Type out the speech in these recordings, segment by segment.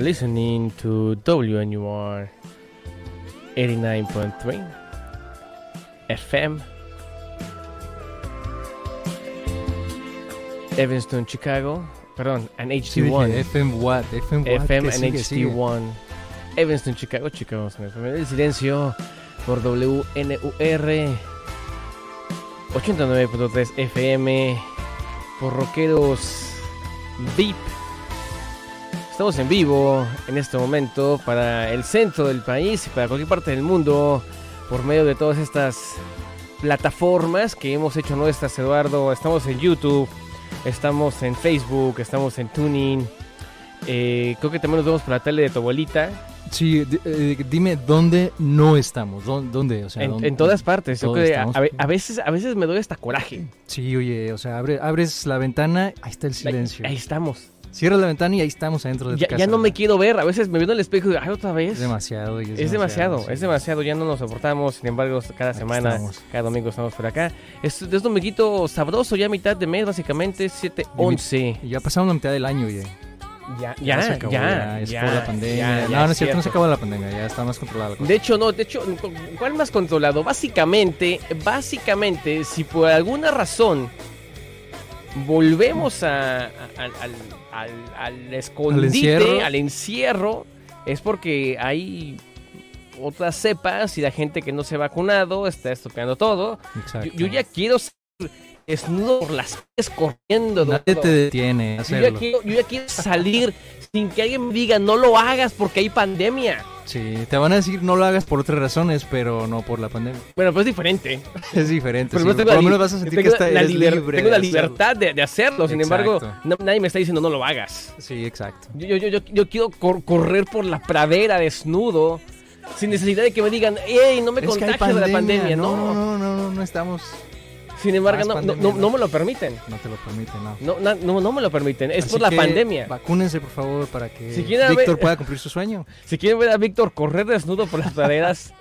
listening to WNUR 89.3 FM, Evanston, Chicago. Perdón, and Sí, dije, HD1. FM Watt, FM Watt. FM que and sigue, sigue. HD1. Evanston, Chicago, Chicago. San Antonio. El silencio por WNUR 89.3 FM por Roqueros VIP. Estamos en vivo en este momento para el centro del país y para cualquier parte del mundo por medio de todas estas plataformas que hemos hecho nuestras, Eduardo. Estamos en YouTube, estamos en Facebook, estamos en Tuning. Eh, creo que también nos vemos por la tele de tu abuelita. Sí, di- eh, dime dónde no estamos. ¿Dó- ¿Dónde? O sea, En, ¿dónde- en todas partes. Yo todos creo que a, estamos- a ve- a veces, a veces me doy hasta coraje. Sí, oye, o sea, abre- abres la ventana, ahí está el silencio. Ahí, ahí estamos. Cierras la ventana y ahí estamos adentro de tu Ya, casa. ya no me quiero ver. A veces me veo en el espejo y digo, ay, otra vez. Es demasiado. oye, Es demasiado, sí. es demasiado, ya no nos soportamos, sin embargo, cada Aquí semana, estamos. cada domingo estamos por acá. Es, es dominguito sabroso, ya mitad de mes, básicamente, 7-11. Y Ya pasamos la mitad del año, oye. Ya, ya, se acabó, ya, ya, se ya, acabó la pandemia. ya, no, ya, no es cierto, no se cierto. acabó la pandemia, ya está más controlada la cosa. De hecho, no, de hecho, ¿cuál más controlado? Básicamente, básicamente, si por alguna razón volvemos a, a- al, al, al- al escondite, encierro. al encierro, es porque hay otras cepas y la gente que no se ha vacunado está estropeando todo. Exacto. Yo, yo ya quiero ser desnudo por las calles corriendo. Nadie doctor. te detiene yo, ya a hacerlo. quiero, yo ya quiero salir sin que alguien me diga no lo hagas porque hay pandemia. Sí, te van a decir no lo hagas por otras razones, pero no por la pandemia. Bueno, pues es diferente. Es diferente. Pero sí, no tengo por lo la li- menos vas a sentir que tengo está, la eres liber- libre. Tengo la de hacerlo. libertad de, de hacerlo. Sin embargo, Exacto. no- nadie me está diciendo no lo hagas. Sí, exacto. Yo, yo, yo, yo, yo quiero cor- correr por la pradera desnudo. Sin necesidad de que me digan, hey, no me Es que hay contagies de la pandemia. No, No, no, no, no, no, no estamos. Sin embargo, Más no, no- pandemia, no- no. no me lo permiten. No te lo permiten, no. No, na- no, no me lo permiten. Es Así por la que pandemia. Vacúnense, por favor, para que Si quieren haber- Víctor pueda cumplir su sueño. Si quieren ver a Víctor correr desnudo por las praderas,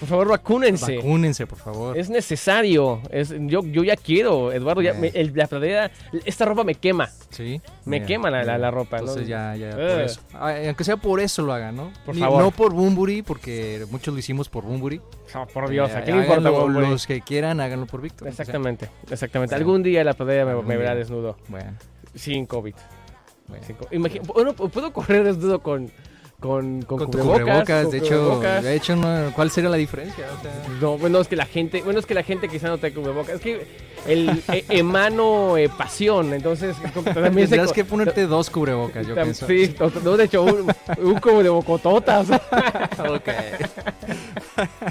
por favor, vacúnense. Vacúnense, por favor. es necesario. Es, yo, yo ya quiero, Eduardo. Ya, Eh. me- el- la pradera, esta ropa me quema. Sí. Me quema la- la- la ropa, ¿no? Entonces ya, ya, por Eh. eso. Ay, Aunque sea por eso lo hagan, ¿no? Por Ni- favor. No por Bumburi, porque muchos lo hicimos por Bumburi. Oh, por Dios, Eh, ¿a quién le importa? háganlo güey? Los que quieran, háganlo por Víctor. O sea, Exactamente, exactamente. Bueno. Algún día la pradera me, Algún me verá día. desnudo. Bueno, Sin COVID. bueno. sin co- Imagi- bueno, pu- puedo correr desnudo con, con, con Con tu cubrebocas, cubrebocas, con de hecho, cubrebocas. de hecho, no, ¿cuál sería la diferencia? O sea, No, bueno, es que la gente, bueno, es que la gente quizá no te cubrebocas. Es que el e- emano eh, pasión, entonces como que también se tendrías co- que ponerte dos cubrebocas, yo tam- pienso. Sí, no, no, de hecho, un, un como de bocototas. Ok.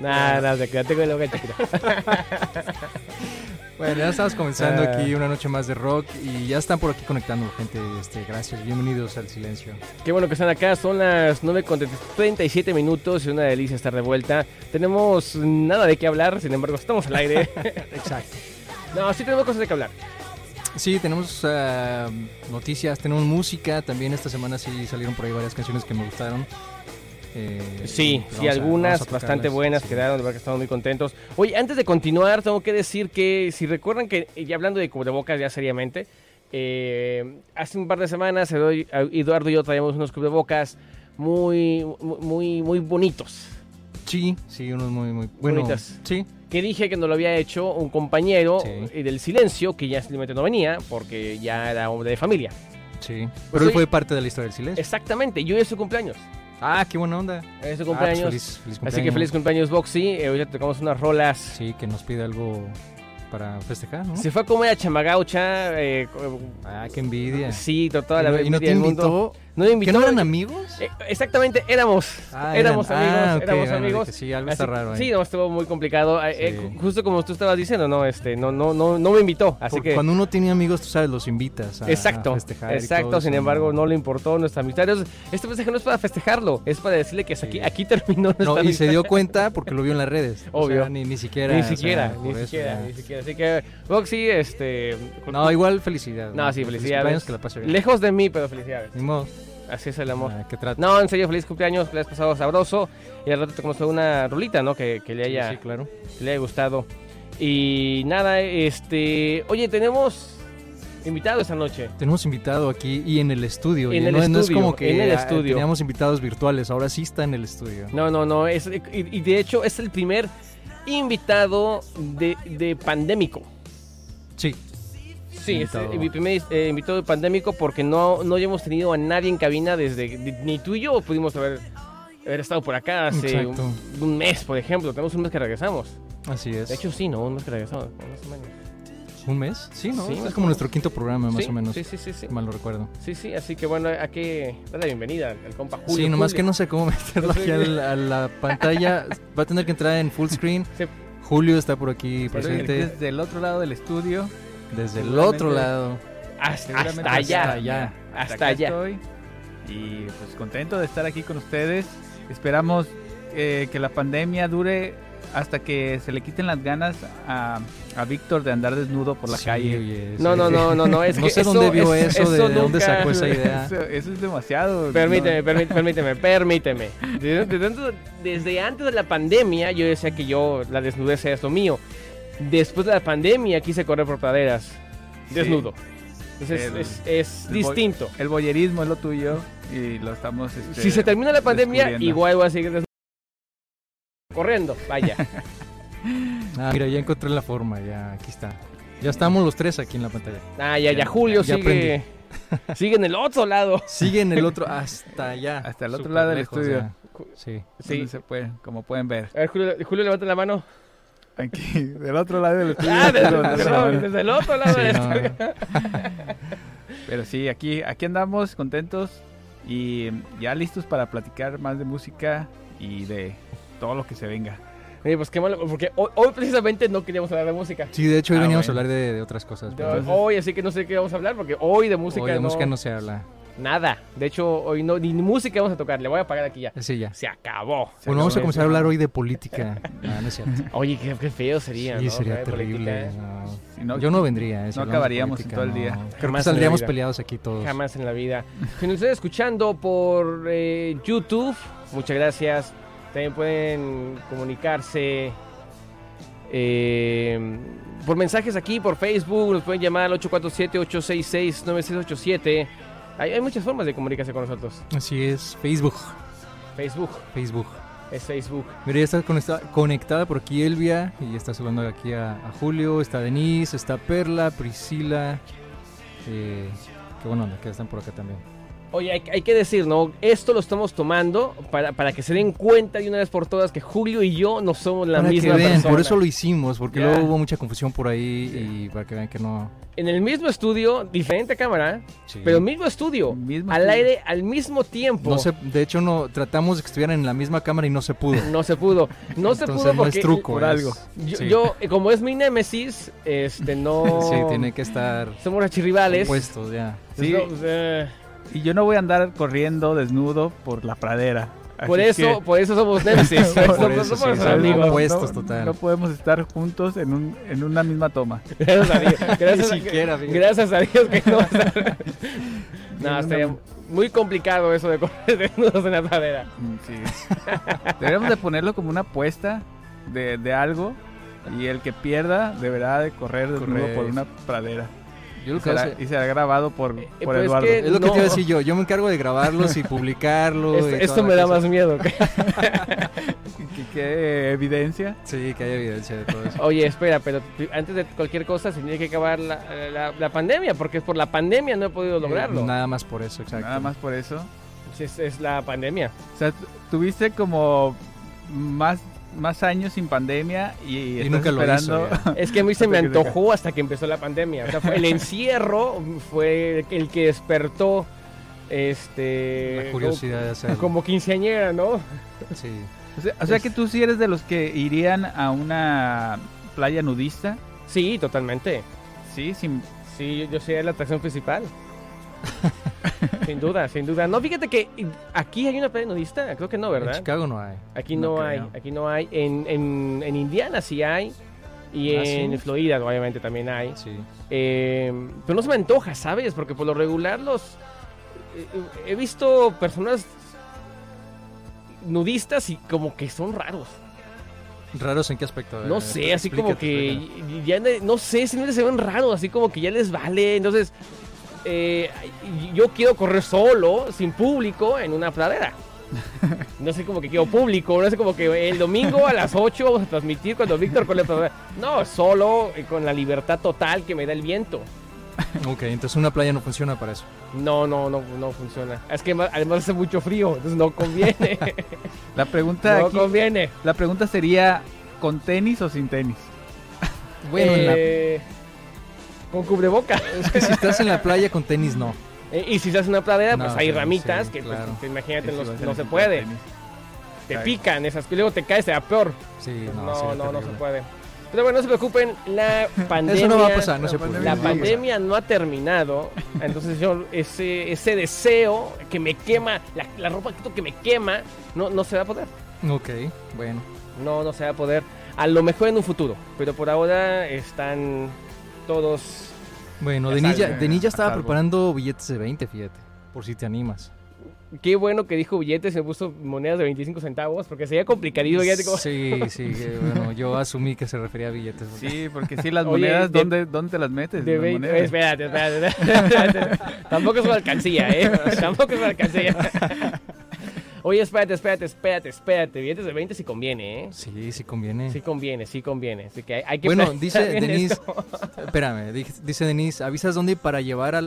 Nada, nada, te tengo la boca chiquita. Bueno, ya estamos comenzando Ah. aquí una noche más de rock y ya están por aquí conectando gente. Este, gracias, bienvenidos al silencio. Qué bueno que están acá, son las 9 con 37 minutos y una delicia estar de vuelta. Tenemos nada de qué hablar, sin embargo, estamos al aire. Exacto. no, sí tenemos cosas de qué hablar. Sí, tenemos ah, noticias, tenemos música. También esta semana sí salieron por ahí varias canciones que me gustaron. Eh, Sí, pues sí, vamos a- algunas vamos a bastante tocarlas, buenas sí. quedaron, de verdad que estamos muy contentos. Oye, antes de continuar, tengo que decir que, si recuerdan que, y hablando de cubrebocas ya seriamente, eh, hace un par de semanas Edu- Eduardo y yo traíamos unos cubrebocas muy, muy, muy bonitos. Sí, sí, unos muy, muy bueno, Bonitas. Sí, que dije que nos lo había hecho un compañero Sí. eh, del silencio que ya simplemente no venía porque ya era hombre de familia. sí. Pero Pues él oye- fue parte de la historia del silencio. Exactamente, y hoy es su cumpleaños. Ah, qué buena onda. Es su Ah, pues cumpleaños. feliz, feliz cumpleaños. Así que feliz cumpleaños, Boxy. Eh, hoy le tocamos unas rolas. Sí, que nos pide algo para festejar, ¿no? Se fue a comer a Chamagaucha. eh, co- eh, Ah, qué envidia. sí, to- toda la Y no- vez y no te invitó. No me ¿Que invitó. no eran amigos? Eh, exactamente, éramos. éramos eran- amigos. ah, ok, éramos bueno, amigos. dije, sí, algo Así- está raro. ahí. sí, no, estuvo muy complicado. Eh, eh, Sí. ju- justo como tú estabas diciendo, no, este, no, no, no, no me invitó. Así Porque que. cuando uno tiene amigos, tú sabes, los invitas a, Exacto, a festejar. y todo exacto. Sin eso, embargo, no le importó nuestra amistad. Es- Este mensaje no es para festejarlo, es para decirle que hasta aquí, Sí. aquí terminó nuestra No, y se amistad. dio cuenta porque lo vio en las redes. O Obvio. sea, ni, ni siquiera. Ni o sea, siquiera, por ni eso siquiera, ya. ni siquiera. Así que, Roxy, este. No, igual felicidad. No, sí, Feliz felicidades. cumpleaños, que la pase bien. Lejos de mí, pero felicidades. Ni modo. Así es el amor. Ah, ¿Qué trata? No, en serio, feliz cumpleaños, que le hayas pasado sabroso. Y al rato te comenzó una rulita, ¿no? Que, que le Sí, haya, sí, claro. que le haya gustado. Y nada, este. Oye, tenemos invitado esta noche. Tenemos invitado aquí y en el estudio. En y el no, no es estudio, como que en el ah, estudio. teníamos invitados virtuales, ahora sí está en el estudio. No, no, no. Es, y, y de hecho es el primer invitado de, de pandémico. Sí, Sí, es Invitado. eh, mi primer eh, invitado de pandémico porque no, no habíamos tenido a nadie en cabina desde. ni- Ni tú y yo pudimos haber, haber estado por acá hace un, Exacto. un mes, por ejemplo. Tenemos un mes que regresamos. así es. De hecho, sí, ¿no? Un mes que regresamos. Más o menos. ¿Un mes? Sí, ¿no? Sí, más es o como menos. nuestro quinto programa, más Sí, o menos. Sí, sí, sí. Sí, Mal lo recuerdo. sí, sí, así que bueno, hay que darle la bienvenida al compa Julio. sí, nomás Julio. que no sé cómo meterlo No sé aquí a la, a la pantalla. Va a tener que entrar en full screen. Sí. Julio está por aquí presente. Desde el otro lado del estudio. Desde el seguramente- otro lado. Pues, ah, Hasta, seguramente hasta hasta allá. allá. Hasta acá allá. estoy. Y pues contento de estar aquí con ustedes. Esperamos eh, que la pandemia dure hasta que se le quiten las ganas a, a Víctor de andar desnudo por la Sí, calle. oye, No, sí, no, sí. no, no, no. Es No que sé dónde vio es- eso, de, dónde nunca- sacó esa idea. Eso, eso es demasiado. Permíteme, Pues, No, permí- permíteme, permíteme. Desde, desde antes- desde antes de la pandemia yo decía que yo la desnudez es lo mío. Después de la pandemia quise correr por praderas. sí. Desnudo. Entonces El- es, es el distinto. El boyerismo es lo tuyo y lo estamos. este, Si se termina la pandemia, descubriendo. igual voy a seguir desnudo. Corriendo, vaya. Ah, mira, ya encontré la forma, ya aquí está. Ya estamos los tres aquí en la pantalla. Ah, ya, ya, Ya- Julio ya sigue. Sigue en el otro lado. Sigue en el otro, hasta allá. Hasta el otro Súper lado del lejos, estudio. ya. Sí. Sí. donde se puede, como pueden ver. A ver, Julio, Julio levanta la mano. Aquí, del otro lado del estudio. Ah, desde, Donde se perdón, van. desde el otro lado. Sí, de- no, Pero sí, aquí, aquí andamos contentos y mm, ya listos para platicar más de música y de todo lo que se venga. Oye, pues qué malo, porque hoy, hoy precisamente no queríamos hablar de música. Sí, de hecho hoy Ah, veníamos bueno. a hablar de, de otras cosas. De pero Entonces- hoy, así que no sé de qué vamos a hablar, porque hoy de música, hoy de no, música no se habla. Nada. De hecho, hoy no, ni música vamos a tocar. Le voy a apagar aquí ya. Así ya. Se acabó. Se Bueno, vamos a acabó comenzar a hablar hoy de política. Ah, no es cierto. Oye, qué, qué feo sería, Sí, ¿no? sería Hablar de política, terrible. ¿eh? no. Si no- Yo no vendría. eh, si no hablamos de acabaríamos en todo el no. día. Creo que Jamás en la saldríamos vida. peleados aquí todos. Jamás en la vida. Si nos están escuchando por eh, YouTube, muchas gracias. También pueden comunicarse eh, por mensajes aquí, por Facebook. Nos pueden llamar al 847-866-9687. Hay, hay muchas formas de comunicarse con nosotros. Así es. Facebook. Facebook Facebook. es Facebook. Mira, ya está conecta- conectada por aquí Elvia. Y está saludando aquí a, a Julio. Está Denise. Está Perla. Priscila. Eh, qué bueno onda que están por acá también. Oye, hay, hay que decir, ¿no? Esto lo estamos tomando para, para que se den cuenta de una vez por todas que Julio y yo no somos la para misma que vean, persona. por eso lo hicimos, porque Ya. luego hubo mucha confusión por ahí y para que vean que no. En el mismo estudio, diferente cámara, Sí. pero mismo estudio, Mismo al estudio. aire al mismo tiempo. No se- de hecho, no tratamos de que estuvieran en la misma cámara y no se pudo. No se pudo. No se Entonces, pudo no porque es truco. por es- algo. Yo, sí. yo, eh, como es mi némesis, este no Sí, tiene que Pues, estar somos archirrivales. puestos ya. Entonces, Sí. no, pues, eh, Y yo no voy a andar corriendo desnudo por la pradera. Así por eso, que por eso somos némesis. Por Somos- eso, somos sí, pues. no- son amigos. opuestos, no- total. No podemos estar juntos en, un, en una misma toma. Gracias a Dios. Gracias, Ni siquiera, a, fíjate. gracias a Dios que no. no, no, estaría no. muy complicado eso de correr desnudos en la pradera. Mm, Sí. Deberíamos de ponerlo como una apuesta de, de algo y el que pierda deberá de correr desnudo Correr. por una pradera. Yo Y lo que será, hago es- y será grabado por, Eh, por pues es Eduardo. que- es lo que te iba a No. decir yo. Yo me encargo de grabarlos y publicarlos. Esto, esto me da más miedo. que- ¿Qué, qué evidencia? Sí, que hay evidencia de todo eso. Oye, espera, pero pri- antes de cualquier cosa se tiene que acabar la, la- la pandemia, porque es por la pandemia no he Eh, podido lograrlo. Nada más por eso, exacto. Nada más por eso. Es, es la pandemia. O sea, tu- tuviste como más, más años sin pandemia y, Y estás nunca lo esperando. hizo. ya. Es que a mí se me Hasta que se antojó hasta que empezó la pandemia. O sea, fue- el encierro fue el que despertó este La curiosidad de como, hacerlo. como quinceañera, ¿no? Sí. O sea, o sea que tú sí eres de los que irían a una playa nudista, Sí, totalmente. sí, sin Sí, yo, yo sería la atracción principal. sin duda, sin duda. No, fíjate que eh, aquí hay una playa nudista, creo que no, En ¿verdad? Chicago no hay. Aquí no, No creo. hay, aquí no hay. En, en, en Indiana sí hay. Y Ah, en ¿sí? Florida obviamente también hay. Sí. Eh, pero no se me antoja, ¿sabes? Porque por lo regular los... eh, eh, He visto personas nudistas y como que son raros. ¿Raros en qué aspecto? eh, A ver, No a ver, sé, así como explícate, que explícate. ya no- no sé, siempre se ven raros, así como que ya les vale. Entonces, eh, yo quiero correr solo, sin público, en una pradera. No sé como que quiero público, no sé como que el domingo a las 8 vamos a transmitir cuando Víctor corre la pradera. No, solo eh, con la libertad total que me da el viento. Ok, entonces una playa no funciona para eso. No, no, no, no funciona. Es que ma- además hace mucho frío, entonces no conviene. La pregunta, no aquí- conviene. la pregunta sería, ¿con tenis o sin tenis? Bueno, en la- Eh, Con cubreboca. es que si estás en la playa con tenis, no. Eh, y si se hace una pradera, No, pues hay sí, ramitas sí, que, pues, claro. te- imagínate, no, Sí, vas a no se necesitar puede. tenis. Te Claro. pican esas, y luego te caes, te da peor. Sí, no, No, no, sería no se terrible. puede. Pero bueno, no se preocupen, la pandemia... Eso no va a pasar, no la se puede. La Sí, pandemia no ha terminado, entonces yo ese, ese deseo que me quema, la, la ropa que me quema, no, no se va a poder. Ok, bueno. No, no se va a poder. A lo mejor en un futuro, pero por ahora están todos... Bueno, Ya Denis ya, sabes, Denis ya a estaba salvo. preparando billetes de 20, fíjate. Por si te animas. Qué bueno que dijo billetes, se puso monedas de 25 centavos, porque sería complicadillo. Ya te- como- Sí, sí, que, bueno, yo asumí que se refería a billetes. porque- Sí, porque sí, las Oye, monedas, de- ¿dónde, ¿dónde te las metes? De Las veinte- monedas. espérate, espérate, espérate. Tampoco es una alcancía, ¿eh? Tampoco es una alcancía. Oye, espérate, espérate, espérate, espérate. Billetes de 20 sí conviene, ¿eh? Sí, sí conviene. Sí conviene, sí conviene. Así que hay, hay que Bueno, pensar dice en Denis, esto. espérame, di- dice Denis, avisas dónde para llevar a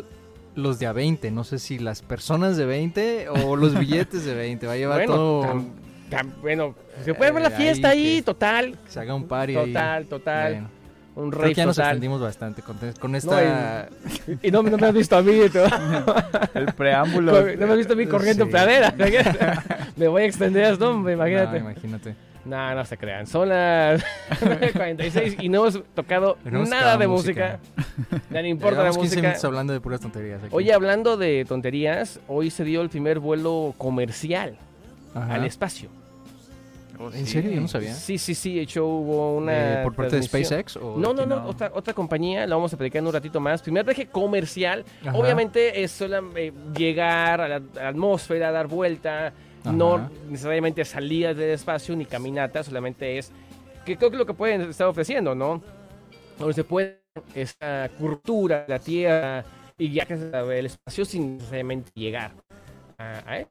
los de a 20, no sé si las personas de 20 o los billetes de 20, va a llevar Bueno, todo, tam- tam- bueno, se puede ver la Eh, fiesta ahí ahí, que- total. que se haga un party ahí. Total, total. Bueno, Un creo rey que ya nos total. extendimos bastante con, con esta... Y no, no me has visto a mí, tú. El preámbulo. no me has visto a mí corriendo Sí. en pradera. me voy a extender hasta hombre, No, imagínate. imagínate. No, no se crean. Son las 46 y no hemos tocado No hemos nada tocado de música. música. Ya no importa la Llevamos 15 música. minutos hablando de puras tonterías. aquí. Oye, hablando de tonterías, hoy se dio el primer vuelo comercial Ajá. al espacio. Oh, ¿En sí. serio? Yo no sabía. Sí, sí, sí. De hecho, hubo Eh, una. ¿Por parte de transmisión. SpaceX? O No, no, aquí no, no. Otra, otra compañía, la vamos a platicar en un ratito más. Primer viaje comercial, Ajá. obviamente es solo eh, llegar a la, a la atmósfera, dar vuelta, no Ajá. necesariamente salidas del espacio ni caminatas, solamente es que creo que lo que pueden estar ofreciendo, ¿no? Donde se puede esa curvatura de la Tierra y viajes al espacio sin necesariamente llegar. a- a él.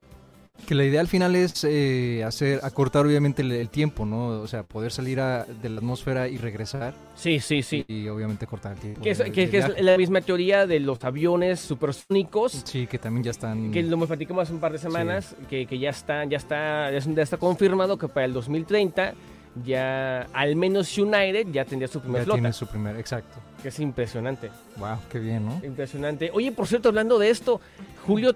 Que la idea al final es eh, hacer, acortar obviamente el, el tiempo, ¿no? O sea, poder salir a- de la atmósfera y regresar. Sí, sí, sí. Y obviamente cortar el tiempo. Que es, de- que- de que es viaje. la misma teoría de los aviones supersónicos. Sí, que también ya están. que lo hemos platicado hace un par de semanas, que, que ya está, ya está, ya es- ya está confirmado que para el 2030 ya al menos United ya tendría su ya primer flota, tiene su primer. Exacto. que es impresionante, Wow, qué bien, ¿no? impresionante. Oye, por cierto, hablando de esto, Julio,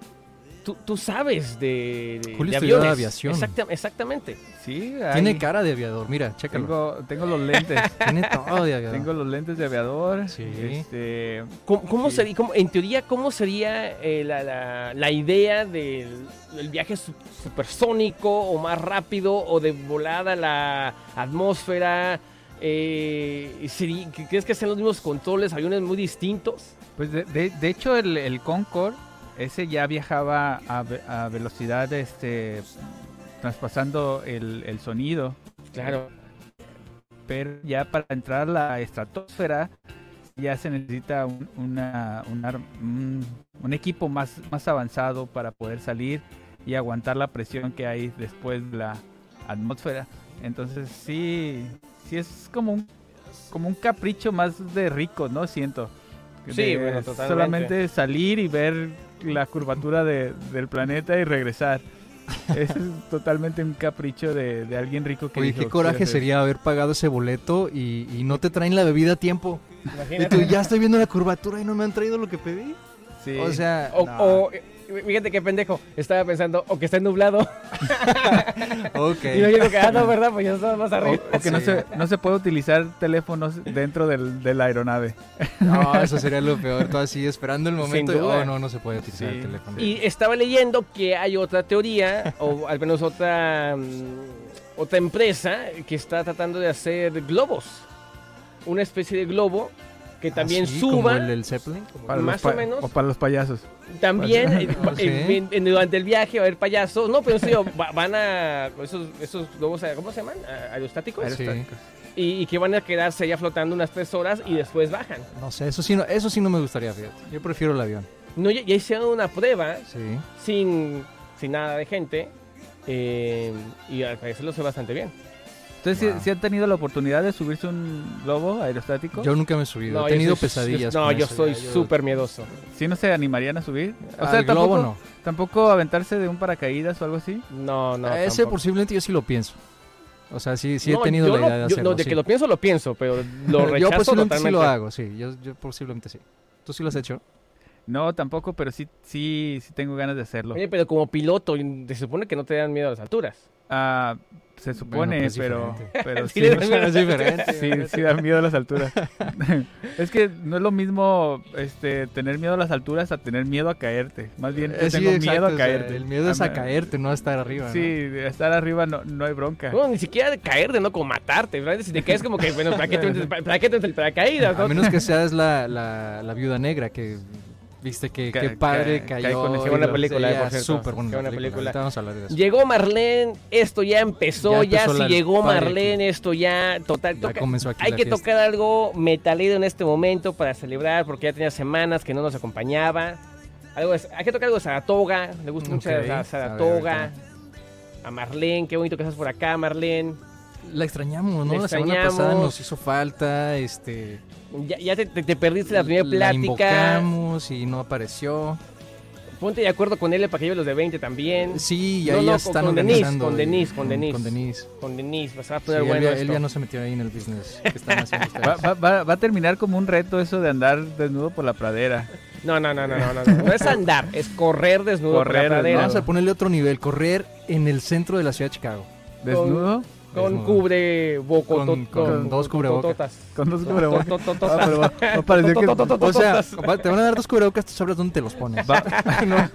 tú, tú sabes de, de- Julio de estudió aviones. aviación. Exacta- exactamente. Sí, ahí. Tiene cara de aviador, mira, chécalo. Tengo, tengo los lentes. Tiene todo de aviador. tengo los lentes de aviador. Sí. Este, ¿Cómo, cómo Sí. sería, cómo- en teoría, cómo sería eh, la, la- la idea del, del viaje su- supersónico o más rápido o de volada a la atmósfera? Eh, sería- ¿Crees que sean los mismos controles, aviones muy distintos? Pues de, de- de hecho el, el Concorde, ese ya viajaba a, ve- a velocidad, este, traspasando el, el sonido, Claro. pero ya para entrar a la estratosfera ya se necesita un, una- un ar- un- un equipo más, más avanzado para poder salir y aguantar la presión que hay después de la atmósfera. Entonces sí, sí es como un, como un capricho más de rico, ¿no? Siento. Sí, De bueno, totalmente. Solamente salir y ver la curvatura de- del planeta y regresar. Es totalmente un capricho de, de alguien rico que Oye, dijo, qué coraje "Quiero hacer sería haber pagado ese boleto y, y no te traen la bebida a tiempo. Y tú Imagínate. ya estoy viendo la curvatura y no me han traído lo que pedí. Sí. O sea, O, No. o, eh, fíjate qué pendejo, estaba pensando, o que está nublado, ok. y yo digo que, ah, no, ¿verdad? Pues ya estaba más o, arriba. o que no, Sí. se, no se puede utilizar teléfonos dentro del, de la aeronave. No, eso sería lo peor. Todo así esperando el momento. y, duda. oh, no, no se puede utilizar el Sí. teléfono. Y eh, estaba leyendo que hay otra teoría, o al menos otra, mm, otra empresa que está tratando de hacer globos. Una especie de globo que también Así, suba. Ah, Como el del Zeppelin. como- Para los Más pa- o menos. O para los payasos. También Pues, eh, no sé. en- en- durante el viaje va a haber payasos. No, pero en serio, va- van a. Esos, esos globos, eh, ¿cómo se llaman? A- Aerostáticos. Sí. Aerostáticos. Y, y que van a quedarse allá flotando unas tres horas Ah. y después bajan. No sé, eso sí no, eso sí no me gustaría, fíjate. Yo prefiero el avión. No, ya, ya hicieron una prueba Sí. sin, sin nada de gente. eh, y al parecer lo fue bastante bien. Entonces, si Wow. han tenido la oportunidad de subirse un globo aerostático? Yo nunca me he subido. yo he tenido soy- pesadillas. yo- no, con yo eso, soy ya, yo- súper miedoso. ¿Sí no se animarían a subir? Al tampoco, globo no. tampoco aventarse de un paracaídas o algo así. No, no. Ah, Eh, Ese tampoco. posiblemente yo sí lo pienso. O sea, sí, sí No, he tenido yo la lo- idea de yo- hacerlo. no, de sí. que lo pienso, lo pienso, pero lo rechazo yo posiblemente sí totalmente. lo hago, sí. Yo, yo posiblemente sí. ¿Tú sí lo has hecho? No, tampoco, pero sí, sí, sí tengo ganas de hacerlo. Oye, pero como piloto, se supone que no te dan miedo a las alturas. Ah, se supone, pues, pero, diferente. pero Sí, sí, le da miedo. es diferente. sí, sí da miedo a las alturas. es que no es lo mismo este, tener miedo a las alturas a tener miedo a caerte. Más bien, yo Eh, sí, tengo miedo exacto, a o sea, caerte. el miedo es a me- caerte, no a estar arriba. ¿no? Sí, de estar arriba no, no hay bronca. Bueno, ni siquiera de caerte, no como matarte. ¿verdad? Si te caes como que, bueno, ¿para qué te metes, para- para qué te metes el paracaídas? A no? menos que seas la, la, la viuda negra que viste que, Ca- qué padre ca- cayó. cae con ese- Qué buena y lo- película, sí, por ah, cierto. Súper buena, Qué buena película. película. Ahorita vamos a hablar de eso. Llegó Marlene, esto ya empezó, Ya ya, empezó la- si llegó padre aquí. Marlene, esto ya, total, Ya toca- comenzó aquí hay la que fiesta. tocar algo metalero en este momento para celebrar, porque ya tenía semanas que no nos acompañaba. Algo de- hay que tocar algo de Saratoga, le gusta mucho Ok, la- la a ver, Saratoga. ahorita. A Marlene, qué bonito que estás por acá, Marlene. La extrañamos, ¿no? La La, semana pasada extrañamos. nos hizo falta, este... Ya, ya te, te- te perdiste la primera plática. Mm, invocamos y no apareció. Ponte de acuerdo con él para que lleve los de 20 también. Sí, y No, ahí no, ya con- están con Denise, organizando. con y- Denise, con Denise. Con Denise. Con Denise, vas a Sí, poner él, bueno ya, él esto. ya no se metió ahí en el business que están haciendo ustedes. Va, va- va- va a terminar como un reto eso de andar desnudo por la pradera. No, no, no, no, no, no, no. No es andar, es correr desnudo por Correr, la pradera. Vamos a ponerle otro nivel, correr en el centro de la ciudad de Chicago. ¿Desnudo? Con desnudo. cubre bocotot- Con- con dos cubrebocas. Con dos cubrebocas. Ah, cubrebocas. pero va- va a parecer que- O sea, va- te van a dar dos cubrebocas, tú sabrás dónde te los pones. Va,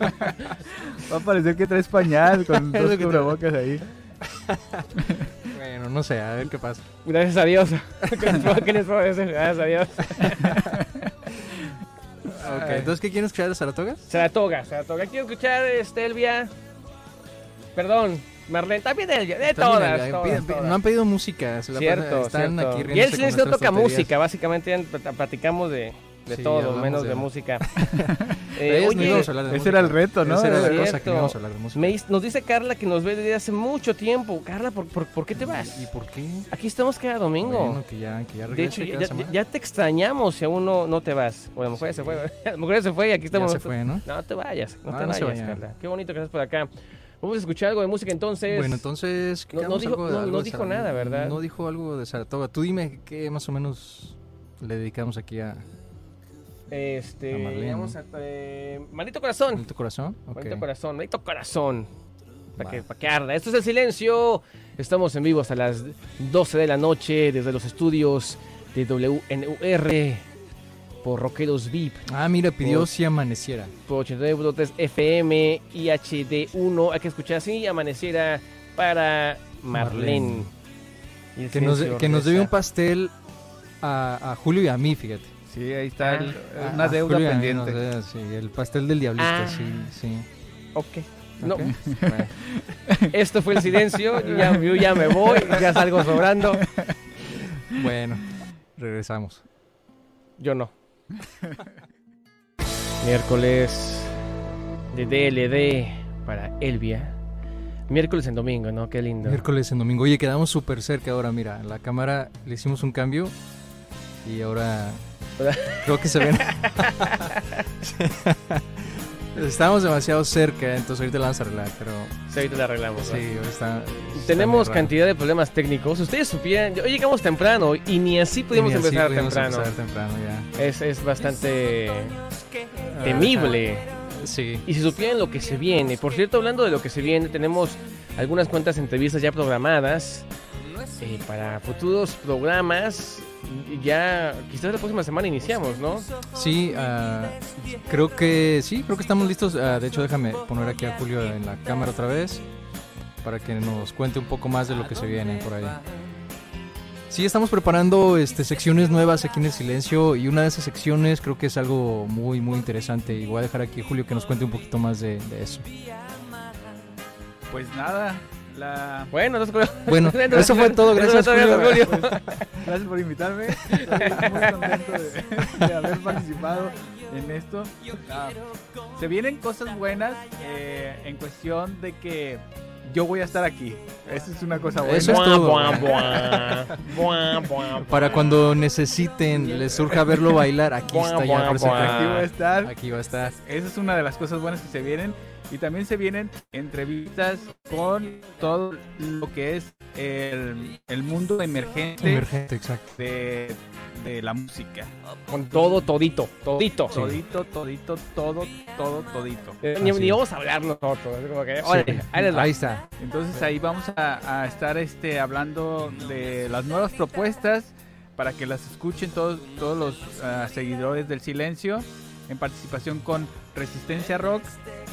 va a parecer que traes pañal con Es lo dos que te- cubrebocas ahí. Bueno, no sé, a ver qué pasa. Gracias a Dios. ¿Qué les puedo- qué les puedo decir? Gracias a Dios. Ok, Ah, entonces, ¿qué quieres escuchar de Saratoga? Saratoga, Saratoga. Quiero escuchar, Estelvia. Perdón, Marlene. También Elvia. De todas, También, eh, todas, piden- piden- todas. No han pedido música. se la Cierto, pasan- están cierto. aquí Y riéndose el con silencio no nuestras toca tonterías. música, básicamente ya pl- platicamos de, de Sí, todo, hablamos menos de, de- música. Pero Eh, ellos no oye, íbamos a hablar de ese música. era el reto, ¿no? Esa era la Era cosa que cierto. no íbamos a hablar de música. me dis- nos dice Carla que nos ve desde hace mucho tiempo. Carla, ¿por, por, por qué te vas? ¿Y por qué? Aquí estamos cada domingo. Bueno, que ya, que ya de hecho, regrese ya, cada ya- semana. ya te extrañamos si aún no, no te vas. O a lo mejor ya se fue. A lo mejor ya se fue y aquí Ya estamos. se fue, ¿no? No te vayas, no, No, te no se vayas, vayan. Carla. Qué bonito que estás por acá. Vamos a escuchar algo de música entonces. Bueno, entonces... ¿qué No- no hagamos dijo- algo de- no- algo no de dijo Saratoga? nada, ¿verdad? No dijo algo de Saratoga. Tú dime qué más o menos le dedicamos aquí a este, a Marlene, vamos ¿no? a, eh, maldito corazón. tu corazón. Ok. Maldito corazón, maldito corazón. Para Va. que, para que arda. Esto es el silencio. Estamos en vivo hasta las 12 de la noche desde los estudios de WNUR por Roqueros VIP Ah, mira, pidió Por- si amaneciera. por 89.3 FM y HD1. Hay que escuchar así amaneciera para Marlene. Marlene. Y el Que nos, silencio que nos regresa. debe un pastel a, a Julio y a mí, fíjate. Sí, ahí está el- Ah, una a deuda Julio y a mí nos pendiente. debe, sí, el pastel del diablito, Ah. sí, sí. Ok. No, Ok. Bueno. esto fue el silencio. Yo ya, yo ya me voy, ya salgo sobrando. Bueno, regresamos. Yo no. Miércoles de DLD para Elvia. Miércoles en domingo, ¿no? Qué lindo. Miércoles en domingo. Oye, quedamos súper cerca ahora, mira. La cámara le hicimos un cambio y ahora creo que se ven. Estábamos demasiado cerca, entonces ahorita la vamos a arreglar, pero Sí, ahorita la arreglamos. ¿va? sí, ahora está. Tenemos está muy raro. cantidad de problemas técnicos. Si Ustedes supieran, hoy llegamos temprano y ni así pudimos Y así empezar pudimos temprano. empezar temprano, ya. Es, es bastante temible. Sí. Y si supieran lo que se viene. Por cierto, hablando de lo que se viene, tenemos algunas cuantas entrevistas ya programadas eh, para futuros programas. Ya quizás la próxima semana iniciamos, ¿no? Sí, ah, creo que sí, creo que estamos listos. Ah, de hecho, déjame poner aquí a Julio en la cámara otra vez para que nos cuente un poco más de lo que se viene por ahí. Sí, estamos preparando este, secciones nuevas aquí en el silencio y una de esas secciones creo que es algo muy, muy interesante y voy a dejar aquí a Julio que nos cuente un poquito más de, de eso. Pues nada, la... Bueno, entonces, Bueno, eso fue todo, gracias Eso fue todo, Julio. gracias, Julio. Gracias por invitarme. Estoy muy contento de, de haber participado en esto. Ah, se vienen cosas buenas eh, en cuestión de que yo voy a estar aquí. Eso es una cosa buena. Eso es Buah, todo. buah, buah. Buah, buah, Para cuando necesiten, les surja verlo bailar, aquí Buah, está buah, ya Aquí voy a presente. estar. Aquí va a estar. Esa es una de las cosas buenas que se vienen. Y también se vienen entrevistas con todo lo que es el, el mundo emergente Emergente, exacto. de, de la música. Con todo, todito, todito. Todito, todito, todo, todo, todito. Eh, Ni, Así ni es. vamos a hablar nosotros. es como que, Sí. órale, ahí les va. Ahí está. Entonces ahí vamos a, a estar este, hablando de las nuevas propuestas para que las escuchen todos, todos los ah, seguidores del silencio en participación con Resistencia Rock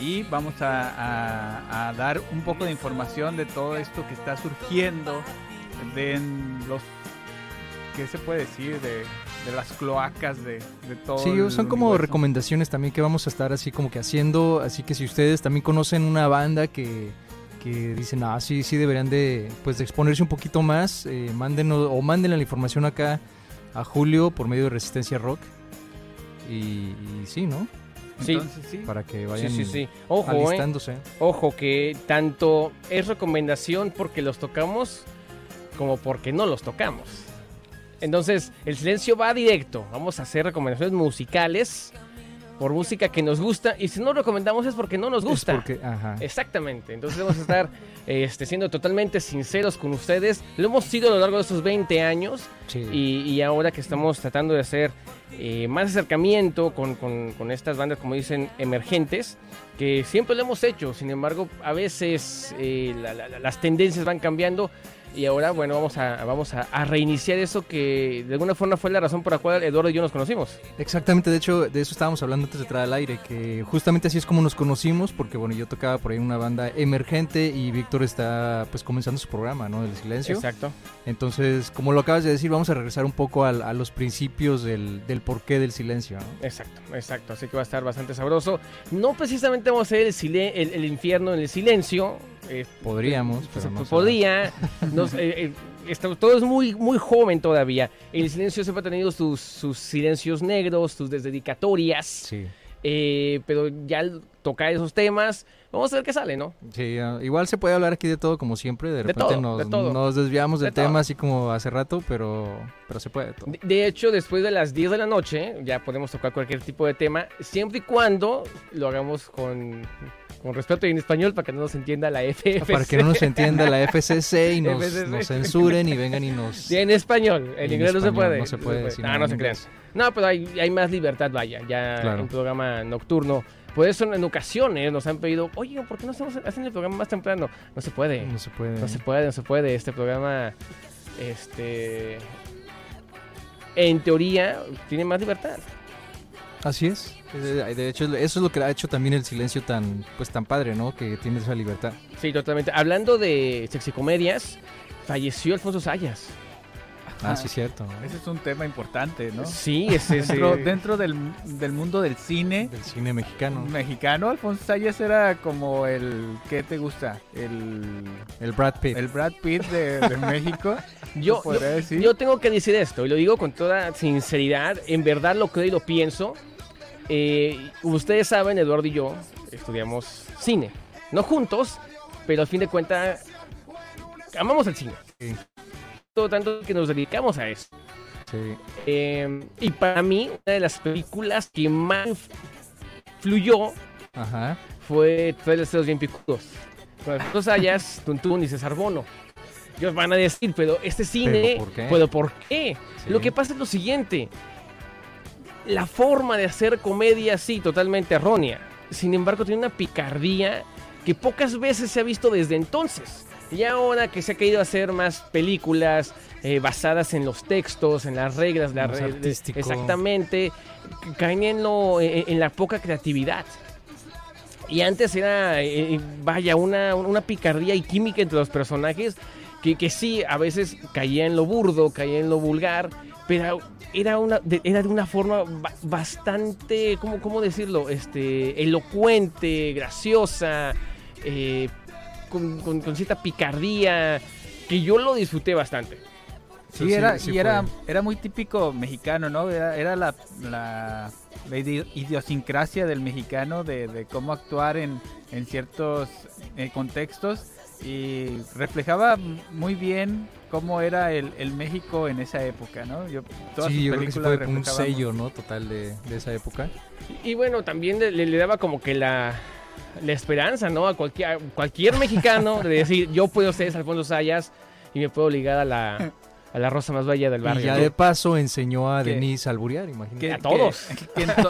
y vamos a, a- a dar un poco de información de todo esto que está surgiendo de en los ¿qué se puede decir? de, de las cloacas de, de todo Sí, el son como universo. recomendaciones también que vamos a estar así como que haciendo. Así que si ustedes también conocen una banda que, que dicen, ah, sí, sí deberían de, pues, de exponerse un poquito más, eh, mándenos, o mándenle la información acá a Julio por medio de Resistencia Rock. Y, y sí, ¿no? Sí. Entonces, sí. Para que Sí, vayan sí, sí. Ojo, eh, alistándose. ojo, que tanto es recomendación porque los tocamos como porque no los tocamos. Entonces, el silencio va directo. Vamos a hacer recomendaciones musicales por música que nos gusta. Y si no recomendamos es porque no nos Es gusta. Eh, porque- ajá. Exactamente, entonces vamos a estar este, siendo totalmente sinceros con ustedes. Lo hemos sido a lo largo de estos 20 años Sí. y, y ahora que estamos tratando de hacer eh, más acercamiento con, con- con estas bandas, como dicen, emergentes, que siempre lo hemos hecho, sin embargo, a veces eh, la- la- la- las tendencias van cambiando y ahora, bueno, vamos, a, vamos a, a reiniciar eso que de alguna forma fue la razón por la cual Eduardo y yo nos conocimos. Exactamente, de hecho, de eso estábamos hablando antes de entrar al aire, que justamente así es como nos conocimos, porque bueno, yo tocaba por ahí en una banda emergente y Víctor está pues comenzando su programa, ¿no? Del silencio. Exacto. Entonces, como lo acabas de decir, vamos a regresar un poco al- a, los principios del, del porqué del silencio, ¿no? Exacto, exacto. Así que va a estar bastante sabroso. No precisamente vamos a ir el, silen- el, el infierno en el silencio. eh, Podríamos, pues, pero no pues, se va. podía. Nos- eh, eh, está- todo es muy, muy joven todavía. El silencio siempre ha tenido sus, sus silencios negros, sus desdedicatorias. Sí. eh, pero ya al tocar esos temas, vamos a ver qué sale, ¿no? Sí, ah, igual se puede hablar aquí de todo, como siempre. De De repente todo, nos, de todo. nos desviamos del De todo. tema, así como hace rato, pero, pero se puede de todo. De, de hecho, después de las 10 de la noche, ya podemos tocar cualquier tipo de tema, siempre y cuando lo hagamos con, con respeto y en español para que no nos entienda la FFC. Ah, Para que no nos entienda la FCC y nos, FCC. nos censuren y vengan y nos... Sí, en español, en, En inglés no se español, puede. no se puede Pues, decir Ah, nada no en se crean. inglés. No, pero hay, hay más libertad, vaya, ya Claro. un programa nocturno. Por eso en ocasiones nos han pedido, oye, ¿por qué no estamos haciendo el programa más temprano? No se puede, No se puede. no se puede, no se puede. Este programa, este... En teoría, tiene más libertad. Así es. Eh, De hecho, eso es lo que ha hecho también el silencio tan, pues tan padre, ¿no? Que tiene esa libertad. Sí, totalmente. Hablando de sexicomedias, falleció Alfonso Sayas. Ah, sí, cierto. Ese es un tema importante, ¿no? Sí, ese es... Dentro, eh, dentro del, del mundo del cine, Del cine mexicano. mexicano, Alfonso Sayas era como el, ¿qué te gusta? El, El Brad Pitt. el Brad Pitt de, de México. Yo, yo, podría decir. yo tengo que decir esto, y lo digo con toda sinceridad, en verdad lo creo y lo pienso. Eh, ustedes saben, Eduardo y yo estudiamos cine, no juntos, pero al fin de cuentas amamos el cine. Sí. Todo tanto que nos dedicamos a eso. Sí. Eh, y para mí, una de las películas que más fluyó Ajá. fue Tres Deseos Bien Picudos. Con Alfonso Sayas, Tuntún y César Bono. Ellos van a decir, pero este cine, ¿Pero por qué? ¿pero por qué? Sí. Lo que pasa es lo siguiente. La forma de hacer comedia, sí, totalmente errónea. Sin embargo, tiene una picardía que pocas veces se ha visto desde entonces. Y ahora que se ha querido hacer más películas eh, basadas en los textos, en las reglas, la Más re- artístico. e-, exactamente, caen en, lo- en- en la poca creatividad. Y antes era, eh, vaya, una, una picardía y química entre los personajes que, que sí, a veces caía en lo burdo, caía en lo vulgar, pero era, una, de, era de una forma ba- bastante, ¿cómo, cómo decirlo? Este, elocuente, graciosa, eh, con, con- con cierta picardía, que yo lo disfruté bastante. Sí, era, y era, era muy típico mexicano, ¿no? Era, era la, la, la idi- idiosincrasia del mexicano de, de cómo actuar en, en ciertos eh, contextos y reflejaba muy bien cómo era el, el México en esa época, ¿no? Yo, todas Sí, sus yo creo que sí películas fue un reflejaban sello, ¿no? Total de, de esa época. Y bueno, también le, le- le daba como que la, la esperanza, ¿no? A cualquier, a cualquier mexicano de decir, yo puedo ser Alfonso Sayas y me puedo ligar a la, a la rosa más bella del barrio. Y ya ¿no? de paso enseñó a Que- Denise a alburear, imagínate. que- a todos. Que, que en to-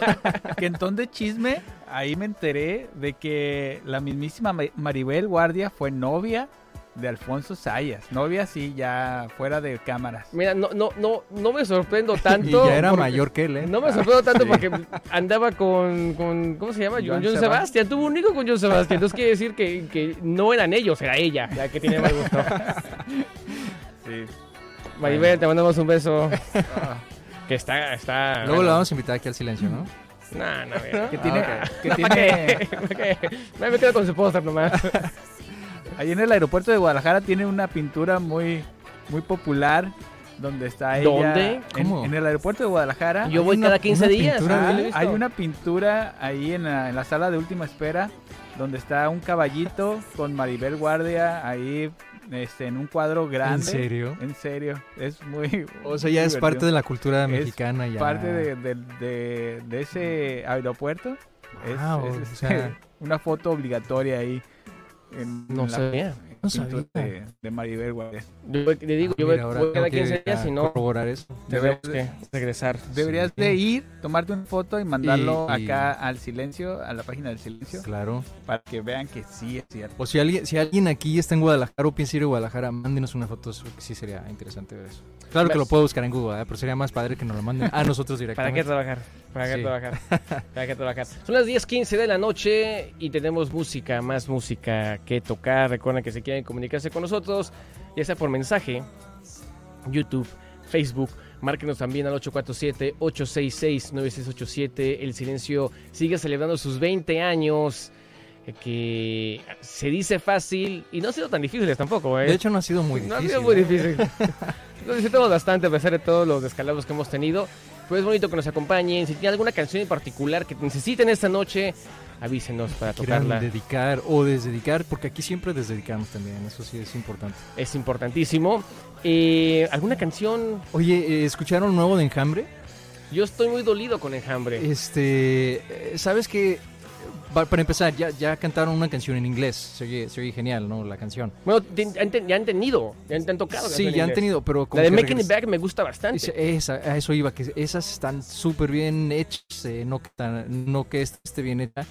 que en ton de chisme, ahí me enteré de que la mismísima Ma- Maribel Guardia fue novia de Alfonso Sayas. Novia, sí, ya fuera de cámaras. Mira, no, no, no, no me sorprendo tanto. Y ya era porque- mayor que él, ¿eh? No me sorprendo tanto Sí. porque andaba con, con- ¿cómo se llama? John, Joan John Sebastián. Sebastián. Tuvo un hijo con John Sebastián. Entonces quiere decir que, que no eran ellos, era ella, la que tiene más gusto. Sí. Maribel, te mandamos un beso. Que está, está... Luego la vamos a invitar aquí al silencio, ¿no? No, no, mira. Que tiene, Ah, que ¿Para tiene- qué? ¿Para qué? Me me quedo con su póster nomás. ahí en el aeropuerto de Guadalajara tiene una pintura muy, muy popular donde está ella. ¿Dónde? En- ¿Cómo? En, el aeropuerto de Guadalajara. Yo voy una- cada 15 una días. pintura, ¿eh? ¿no? Ah, ¿lo ¿Lo he hay visto? una pintura ahí en la, en la sala de última espera donde está un caballito con Maribel Guardia ahí este, en un cuadro grande. ¿En serio? En serio, es muy... O sea, ya es parte de la cultura Es mexicana. Ya. Parte de, de- de- de ese aeropuerto. Es- Wow, es, o este, sea. una foto obligatoria ahí. en- No en la sabía. No pintura sabía. de, de Maribel Guardia. Yo voy- le digo, yo Mira, voy, ahora voy cada tengo 15 que días y no Corroborar eso. tenemos que regresar. Deberías Sí. de ir, tomarte una foto y mandarlo Y- y- acá al silencio, a la página del silencio, Claro. para que vean que sí es cierto. O si alguien, si alguien aquí está en Guadalajara o piensa ir a Guadalajara, mándenos una foto. eso Sí sería interesante ver eso. Claro que lo puedo buscar en Google, ¿eh? pero sería más padre que nos lo manden a nosotros ¿Para qué directamente. trabajar? ¿Para qué Sí. trabajar? ¿Para qué trabajar? Son las 10.15 de la noche y tenemos música, más música que tocar. Recuerden que si quieren comunicarse con nosotros, ya sea por mensaje, YouTube, Facebook, márquenos también al 847-866-9687. El Silencio sigue celebrando sus 20 años, eh, que se dice fácil y no ha sido tan difíciles tampoco, ¿eh? De hecho, no ha sido muy No difícil. ha sido muy ¿eh? difícil. Lo disfrutamos bastante a pesar de todos los descalabros que hemos tenido. Pero es bonito que nos acompañen. Si tienen alguna canción en particular que necesiten esta noche, avísenos para Quieran tocarla. dedicar o desdedicar, porque aquí siempre desdedicamos también, eso sí es importante. Es importantísimo. Eh, ¿Alguna canción? Oye, eh, ¿escucharon nuevo de Enjambre? Yo estoy muy dolido con Eh, Enjambre. Este, eh, ¿sabes que Para empezar, ya, ya cantaron una canción en inglés, se oye, se oye genial, ¿no? La canción. Bueno, ten- han ten- ya han tenido, ya han, te han tocado. Sí, canción ya han en inglés. tenido, pero como La de que Making It regresa- Back me gusta bastante. Esa, esa- a eso iba, que esas están súper bien hechas, eh, no, que tan- no que esta esté bien hecha.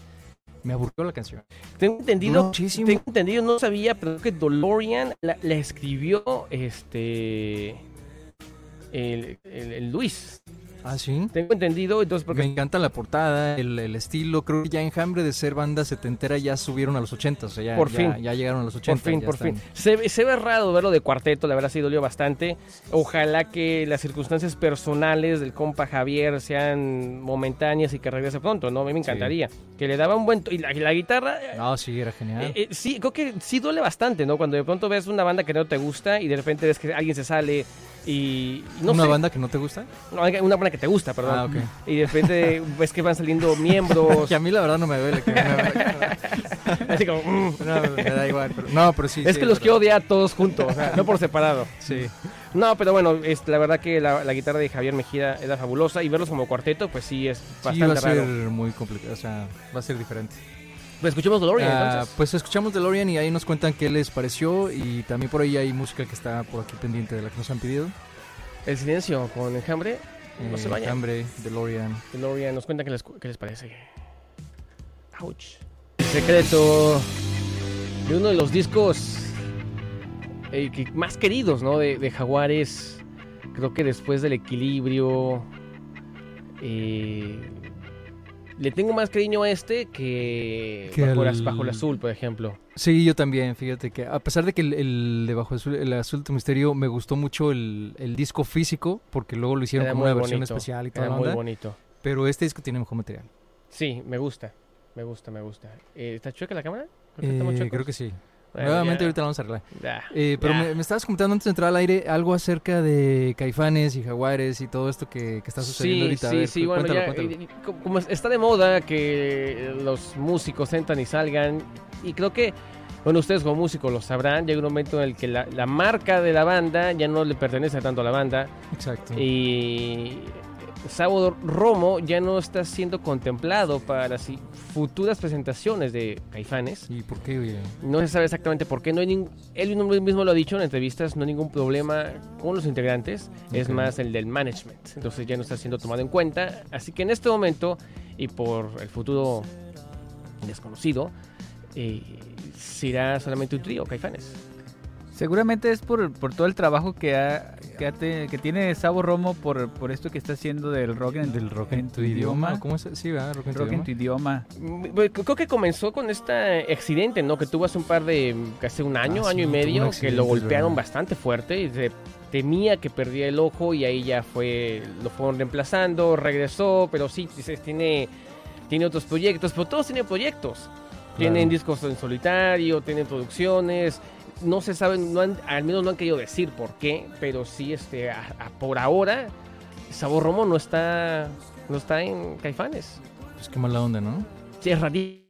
Me aburrió la canción. Tengo entendido, Muchísimo. tengo entendido, no sabía, pero creo que DeLorean la, la escribió este el- el- el Luis. Ah, sí. Tengo entendido, entonces Porque me porque encanta la portada, el, el estilo. Creo que ya enjambre de ser banda setentera ya subieron a los 80, o sea, ya, Por ya- fin. ya llegaron a los 80. por fin, ya por están. fin. Se, ve- se ve raro verlo de cuarteto, la verdad sí dolió bastante. Ojalá que las circunstancias personales del compa Javier sean momentáneas y que regrese pronto, ¿no? A mí me encantaría. Que le daba un buen... to- Y la, y la guitarra... eh, No, sí, era genial. eh, sí, creo que sí duele bastante, ¿no? Cuando de pronto ves una banda que no te gusta y de repente ves que alguien se sale y... y no ¿Una sé, banda que no te gusta? no, alguien- una banda que te gusta, perdón. Ah, ok. Y de repente ves que van saliendo miembros, Que a mí la verdad no me duele. que me- así como... mm. no, me da igual. pero- no, pero sí. Es sí, que los pero- quiero odiar todos juntos, o sea, no por separado. Sí. No, pero bueno, es, la verdad que la, la guitarra de Javier Mejía era fabulosa y verlos como cuarteto, pues sí, es Sí, va bastante a ser raro. muy complicado. O sea, va a ser diferente. Pues escuchemos DeLorean, Ah, entonces. pues escuchamos DeLorean y ahí nos cuentan qué les pareció. Y también por ahí hay música que está por aquí pendiente de la que nos han pedido. Eh, El silencio con Enjambre. No se vayan. Hambre, DeLorean. DeLorean nos cuenta qué les, qué les parece. Ouch. Secreto de uno de los discos eh, que más queridos, ¿no? De, de Jaguares. Creo que después del equilibrio. eh, Le tengo más cariño a este que, Que bajo, al- las- bajo el azul, por ejemplo. Sí, yo también, fíjate que a pesar de que el, el de Bajo Azul, el Azul tu Misterio, me gustó mucho el, el disco físico, porque luego lo hicieron Era como muy una versión bonito, especial y toda Era la muy onda, bonito. pero este disco tiene mejor material. Sí, me gusta. Me gusta, me gusta. Eh, ¿Está chueca la cámara? Creo que estamos Eh, chuecos. creo que sí. Bueno, Nuevamente ya. ahorita lo vamos a arreglar. Ya. Eh, pero Ya. me, me estabas comentando antes de entrar al aire algo acerca de Caifanes y Jaguares y todo esto que, que está sucediendo ahorita. A Sí, ver, sí, cu- bueno, cuéntalo, ya, cuéntalo. eh, eh, como- como está de moda que los músicos entran y salgan, y creo que, bueno, ustedes como músicos lo sabrán, llega un momento en el que la, la marca de la banda ya no le pertenece tanto a la banda, Exacto. y Sábado Romo ya no está siendo contemplado para las i- futuras presentaciones de Caifanes. ¿Y por qué, oye? No se sabe exactamente por qué. No hay nin- él mismo lo ha dicho en entrevistas, no hay ningún problema con los integrantes. Es Ok. más el del management. Entonces ya no está siendo tomado en cuenta. Así que en este momento y por el futuro desconocido, eh, será solamente un trío, Caifanes. Seguramente es por, por todo el trabajo que ha, que, ha te- que tiene Sabo Romo por, por esto que está haciendo del rock en, del rock en tu idioma. ¿Cómo es? Sí, ¿verdad? Rock en tu Rock en tu idioma. idioma. Mm, bueno, Creo que comenzó con este accidente, ¿no? Que tuvo hace un par de, casi un año, Ah, sí, año y tuvo un medio, que accidente, lo es golpearon verdad. bastante fuerte y se temía que perdía el ojo y ahí ya fue, lo fueron reemplazando, regresó, pero sí, dices, tiene, tiene otros proyectos, pero todos tienen proyectos. Tienen Claro. discos en solitario, tienen producciones, no se saben, no han- al menos no han querido decir por qué, pero sí, este, a- a- por ahora, Sabor Romo no está, no está en Caifanes. Pues qué mala onda, ¿no? Sí, es radi-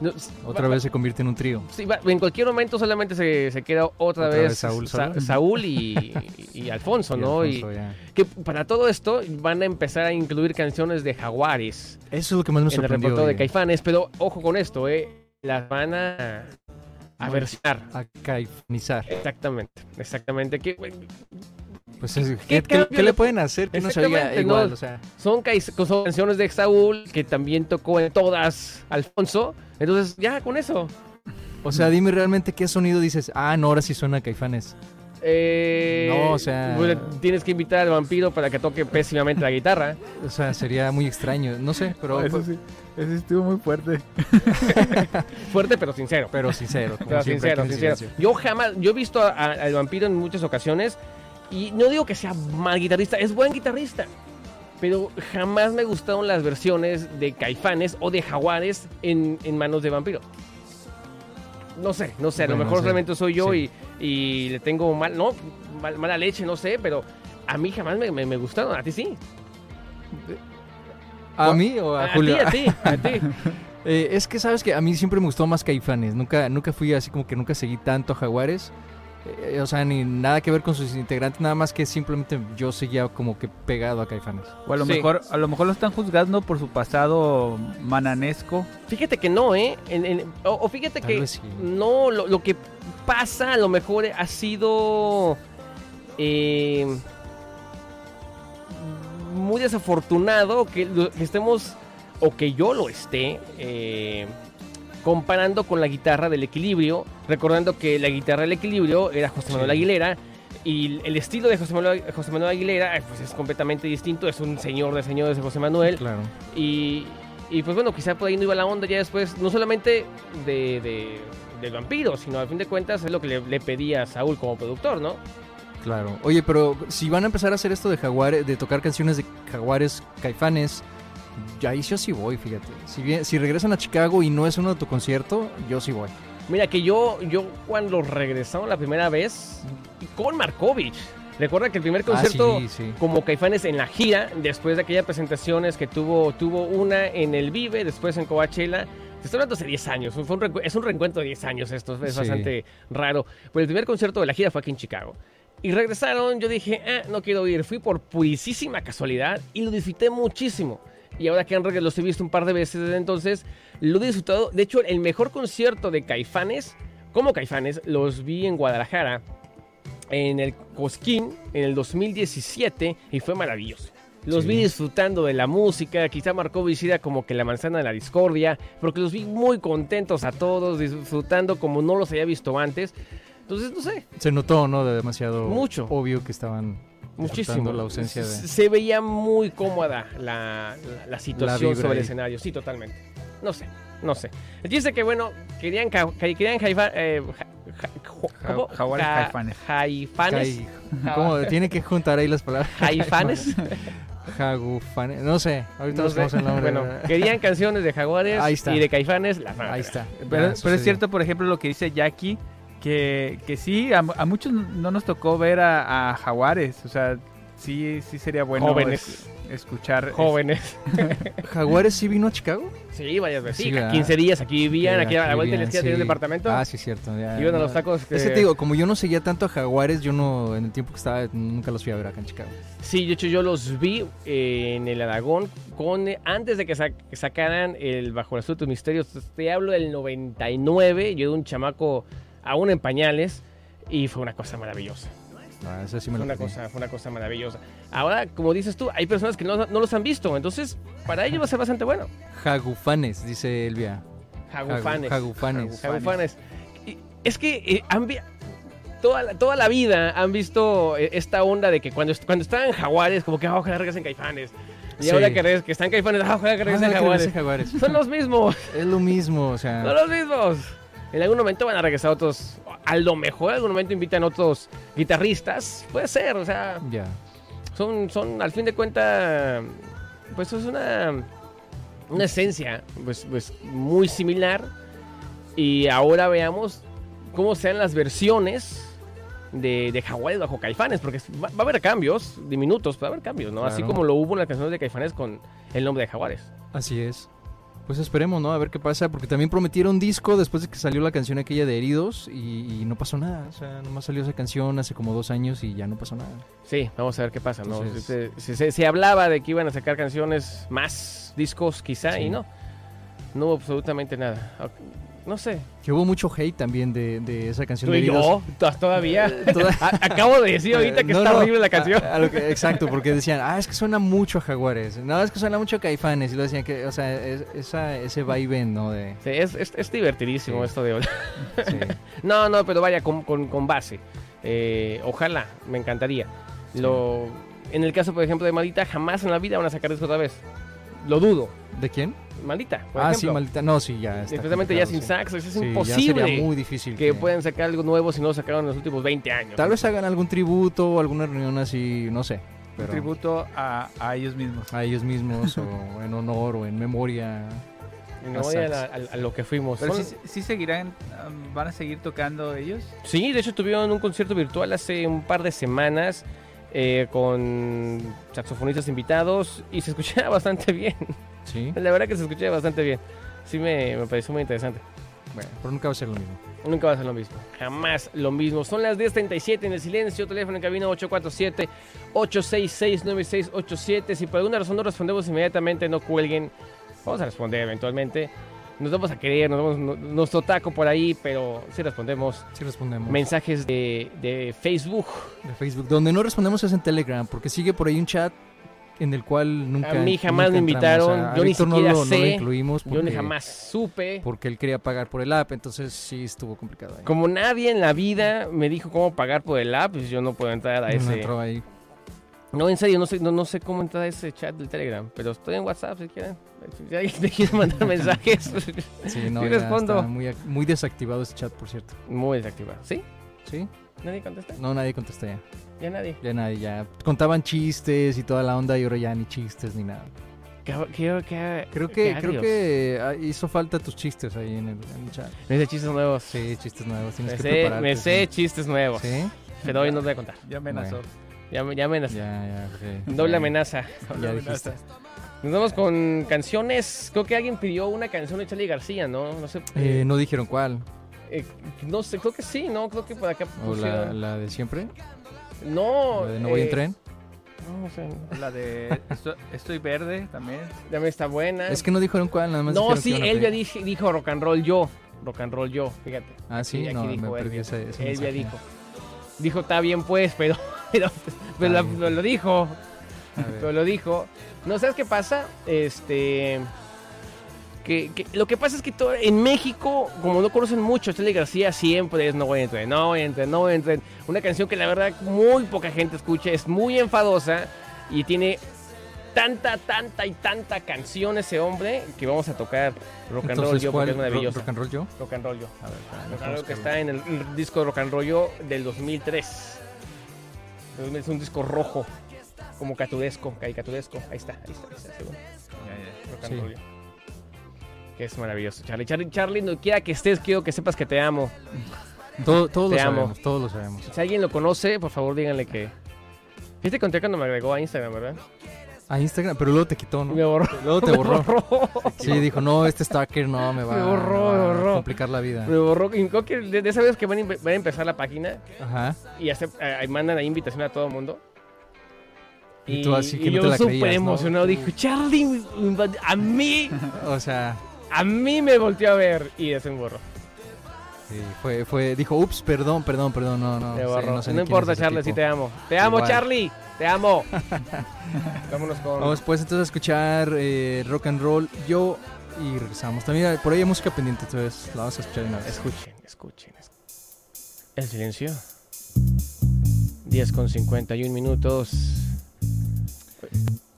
No, s- Otra va- vez se convierte en un trío. sí, va- en cualquier momento solamente se, se queda otra, vez, Saúl Sa- solo. Saúl y, y- y Alfonso, ¿no? Y, Alfonso, eh. ya. que para todo esto van a empezar a incluir canciones de Jaguares Eso es lo que más me en el sorprendió. eh. repertorio de oye. Caifanes, pero ojo con esto, ¿eh? Las van a, a versionar. A caifanizar. Exactamente, exactamente. Que, güey, Pues es- ¿Qué ¿qué, qué- cambio qué le- le pueden hacer que no se oiga Exactamente, igual? no. O sea, son, cais- son canciones de Saúl que también tocó en todas Alfonso. Entonces, ya con eso. o sea, dime realmente qué sonido dices. Ah, no, ahora sí suena a Caifanes. Eh, No, o sea- bueno, tienes que invitar al vampiro para que toque pésimamente la guitarra. O sea, sería muy extraño. No sé, pero, pues, Eso sí, eso estuvo muy fuerte. Fuerte pero sincero. pero sincero. como Pero siempre, sincero, aquí en sincero. silencio. Yo jamás, yo he visto a- a- al vampiro en muchas ocasiones y no digo que sea mal guitarrista, es buen guitarrista. Pero jamás me gustaron las versiones de Caifanes o de Jaguares en, en manos de vampiro. No sé, no sé, a lo Bueno, mejor sí, solamente soy yo sí. y, y le tengo mal, no, mal- mala leche, no sé, pero a mí jamás me, me- me gustaron, a ti sí. ¿A mí o a, Julio? A ti, a ti, a ti. Eh, es que sabes que a mí siempre me gustó más Caifanes. Nunca, nunca fui así como que nunca seguí tanto a Jaguares. Eh, o sea, ni nada que ver con sus integrantes, nada más que simplemente yo seguía como que pegado a Caifanes. O a lo Sí. mejor, a lo mejor lo están juzgando por su pasado mananesco. Fíjate que no, ¿eh? En- en- o, o fíjate Tal que vez sí. no, lo, lo que pasa a lo mejor ha sido eh, muy desafortunado que, lo- que estemos, o que yo lo esté, eh, comparando con la guitarra del equilibrio, recordando que la guitarra del equilibrio era José Manuel Sí. Aguilera. Y el estilo de José Manuel, José Manuel Aguilera eh, pues es completamente distinto, es un señor de señores de José Manuel. Claro. Y, y, pues bueno, quizá por ahí no iba la onda ya después, no solamente de, de- del vampiro, sino al fin de cuentas es lo que le, le pedía a Saúl como productor, ¿no? Claro. Oye, pero si van a empezar a hacer esto de jaguares, de tocar canciones de jaguares, caifanes, ya ahí yo sí voy, fíjate. Si bien, si regresan a Chicago y no es uno de tu concierto, yo sí voy. Mira que yo, yo cuando regresaron la primera vez con Markovich, recuerda que el primer concierto Ah, sí, sí. como Caifanes en la gira, después de aquellas presentaciones que tuvo, tuvo una en el Vive, después en Coachella. Te estoy hablando hace 10 años, fue un recu- es un reencuentro de 10 años esto, es Sí. bastante raro. Pero el primer concierto de la gira fue aquí en Chicago. Y regresaron, yo dije, ah, no quiero ir. Fui por purísima casualidad y lo disfruté muchísimo. Y ahora que han regresado, los he visto un par de veces desde entonces, lo he disfrutado. De hecho, el mejor concierto de Caifanes, como Caifanes, los vi en Guadalajara, en el Cosquín, en el 2017, y fue maravilloso. Los Sí. vi disfrutando de la música, quizá Markovich era como que la manzana de la discordia, porque los vi muy contentos a todos, disfrutando como no los había visto antes. Entonces, no sé, Se notó, ¿no? De demasiado Mucho. obvio que estaban Muchísimo. la ausencia de- Se- Se veía muy cómoda la, la- la situación vibra sobre el ahí. escenario. Sí, totalmente. No sé, no sé. El chiste que, bueno, querían, ca- ca- querían jaifa- eh, ja- ja- jo- Ja- ¿cómo? jaguares Ja- jaifanes. jaifanes. Cai- ¿Cómo? Tiene que juntar ahí las palabras. Jaifanes. Jagufanes. No sé. Ahorita No nos sé. vamos el nombre. Bueno, querían canciones de jaguares Ahí está. y de caifanes. Las van a ahí tener. está. Ya Pero, pero sucedió. es cierto, por ejemplo, lo que dice Jackie, que, que sí, a, a muchos no nos tocó ver a, a jaguares. O sea, sí, sí sería bueno Jóvenes. es- escuchar. Jóvenes. ¿Jaguares sí vino a Chicago? Sí, varias veces. Sí, Sí, ¿verdad? 15 días aquí vivían, aquí a la vuelta vivían, les tenían sí. un departamento. Ah, sí, cierto. ya, Iban a no. los tacos eh, que... Es que te digo, como yo no seguía tanto a Jaguares, yo no, en el tiempo que estaba, nunca los fui a ver acá en Chicago. Sí, de hecho yo los vi eh, en el Aragón con eh, antes de que, sa- que sacaran el Bajo el Azul de tus Misterios. Te hablo del 99, yo era un chamaco aún en pañales y fue una cosa maravillosa. No, eso sí Fue me lo una perdí. cosa, fue una cosa maravillosa. Ahora, como dices tú, hay personas que no, no los han visto, entonces para ellos va a ser bastante bueno. Jagufanes, dice Elvia. Jagu- Jagufanes. Jagufanes. Jagufanes. Y Es que eh, han vi- toda, la, toda la vida han visto eh, esta onda de que cuando, est- cuando estaban jaguares, como que "Ah, ojalá regresen caifanes. Y Sí. ahora que, regres- que están caifanes, "Ah, ojalá que regresen Ah, jaguares. regresen Jaguares. Son los mismos, Es lo mismo, o sea. son los mismos. En algún momento van a regresar otros, a lo mejor en algún momento invitan otros guitarristas, puede ser, o sea, Ya. son, son al fin de cuentas, pues es una, una esencia pues, pues, muy similar. Y ahora veamos cómo sean las versiones de, de Jaguares bajo Caifanes, porque va, va a haber cambios diminutos, va a haber cambios, ¿no? Así Claro. como lo hubo en las canciones de Caifanes con el nombre de Jaguares. Así es. Pues esperemos, ¿no? A ver qué pasa, porque también prometieron disco después de que salió la canción aquella de Heridos y, y no pasó nada. O sea, nomás salió esa canción hace como dos años y ya no pasó nada. Sí, vamos a ver qué pasa, ¿no? Entonces- Se, se- se- se hablaba de que iban a sacar canciones más, discos quizá, Sí. y no. No hubo absolutamente nada. Ok, No sé, Que hubo mucho hate también de, de esa canción Tú de y Heridos. Eh, yo, to- todavía. toda- A- Acabo de decir ahorita que No, está no, Ah, horrible la a- canción. a lo que- exacto, porque decían, ah, es que suena mucho a Jaguares. No, es que suena mucho a Caifanes. Y lo decían que, o sea, es- esa, ese va y ven, ¿no? De, Sí, es, es- es divertidísimo ah. Sí. esto de hoy. sí. No, no, pero vaya, con, con- con base. Eh, ojalá, me encantaría. Lo, en el caso, por ejemplo, de Maldita, jamás en la vida van a sacar eso otra vez. Lo dudo. ¿De quién? Maldita, por ah, sí, ejemplo. maldita. No, sí, ya. está Especialmente ya sin complicado, sax, es sí. Sí, ya imposible sería muy difícil. que puedan sacar algo nuevo si no lo sacaron en los últimos 20 años. Tal vez hagan algún tributo o alguna reunión así, no sé. Un pero este tributo a, a ellos mismos. A ellos mismos, o en honor, o en memoria. No a voy a, la- sax. a- a lo que fuimos. Pero Son- sí, sí seguirán, um, van a seguir tocando ellos. Sí, de hecho tuvieron un concierto virtual hace un par de semanas eh, con saxofonistas invitados y se escuchaba bastante bien. Sí. La verdad que se escuchaba bastante bien. Sí, me, me pareció muy interesante. Bueno, pero nunca va a ser lo mismo. Nunca va a ser lo mismo. Jamás lo mismo. Son las 10.37 en el silencio. Teléfono en cabina 847-866-9687. Si por alguna razón no respondemos inmediatamente, no cuelguen. Vamos a responder eventualmente. Nos vamos a querer, nos vamos no- nuestro taco por ahí, pero si respondemos Sí respondemos. mensajes de, de Facebook. de Facebook. Donde no respondemos es en Telegram, porque sigue por ahí un chat en el cual nunca. A mí jamás nunca me entramos. invitaron, A yo ni Víctor no siquiera lo- no lo sé, incluimos Yo ni porque- jamás supe. Porque él quería pagar por el app, entonces sí estuvo complicado. ahí. Como nadie en la vida me dijo cómo pagar por el app, pues yo no puedo entrar a No ese. entró ahí. No, en serio, no sé, no, no sé cómo entrar a ese chat del Telegram, pero estoy en WhatsApp si quieren. Si alguien me quiere mandar mensajes, pues, Sí, no, Sí ya respondo. está muy, ac- muy desactivado ese chat, por cierto. muy desactivado. ¿Sí? ¿Sí? ¿Nadie contesta? No, nadie contesta ya. Ya nadie. Ya nadie, ya. Contaban chistes y toda la onda y ahora ya ni chistes ni nada. ¿Qué, qué, qué- Creo qué que, creo agrios. que ah, hizo falta tus chistes ahí en el, en el chat. Me sé chistes nuevos. Sí, chistes nuevos, tienes Me que sé, prepararte. me sí. sé chistes nuevos. ¿Sí? Pero hoy no te voy a contar. Ya amenazó. Ya, me- ya amenazó. Ya, ya, ok. Doble Ya, amenaza. Ya Amenaza. dijiste. Nos vamos con canciones. Creo que alguien pidió una canción de Charlie García, ¿no? No sé. Eh, no dijeron cuál. eh, no sé, creo que sí, ¿no? Creo que por acá ¿O la, pusieron. la de siempre? No. ¿La de No voy en eh, tren? No, o sea, La de esto- Estoy Verde también. también está buena. Es que no dijeron cuál, nada más. no, dijeron que sí, iban a él ya pedir. dije- dijo rock and roll yo. Rock and roll yo, fíjate. Ah, sí, aquí no, me dijo él, perdí ese, fíjate. ese Él ya mensaje. dijo. Dijo, está bien pues, pero, pero, pero la- bien. pero lo dijo. A ver, Pero lo dijo. No, ¿sabes qué pasa? Este. Que, que- lo que pasa es que todo- en México, como no conocen mucho a Charlie García, siempre es No voy a entrar, no voy a entrar, no voy a entrar. Una canción que la verdad muy poca gente escucha, es muy enfadosa y tiene tanta, tanta y tanta canción ese hombre que vamos a tocar Rock and Roll Entonces, Yo ¿cuál? porque es maravillosa. Rock and roll yo. Rock and Roll Yo. A ver, espérame, Rock and vamos Roll que a está en el, el disco de Rock and Roll Yo del 2003. Es un disco rojo, como caturesco, caricaturesco. Ahí está, ahí está, ahí está, seguro. Rock and Sí. Roll Yo. Que es maravilloso, Charlie. Charlie, Charlie, no quiera que estés, quiero que sepas que te amo. buscar. Todo, todos Te lo amo. sabemos, todos lo sabemos. Si alguien lo conoce, por favor díganle que. Este conté cuando me agregó a Instagram, ¿verdad? A Ah, Instagram, pero luego te quitó, ¿no? Me borró. Luego te me borró. Sí, dijo, no, este Stalker no me va, Me borró, me va me borró. a complicar la vida. Me borró. Y creo que de de esa vez que van a, empe- van a empezar la página Ajá. y hace- eh, mandan ahí invitación a todo el mundo. Y tú así que y no yo te la súper creías, ¿no? emocionado Tú- dije, Charlie, me- me- a mí, O sea, a mí me volteó a ver y ya se me borró. sí, fue, fue, dijo, ups, perdón, perdón, perdón, no, no. Me sé- borró. no No, sé ni quién importa, es ese Charlie, si tipo. te amo. Te amo, Igual. Charlie, te amo. Vámonos con... Vamos pues entonces a escuchar eh, rock and roll, yo y regresamos. También hay- por ahí hay música pendiente, entonces la vamos a escuchar de una vez. Escuchen, escuchen. es- El silencio. 10 con 51 minutos.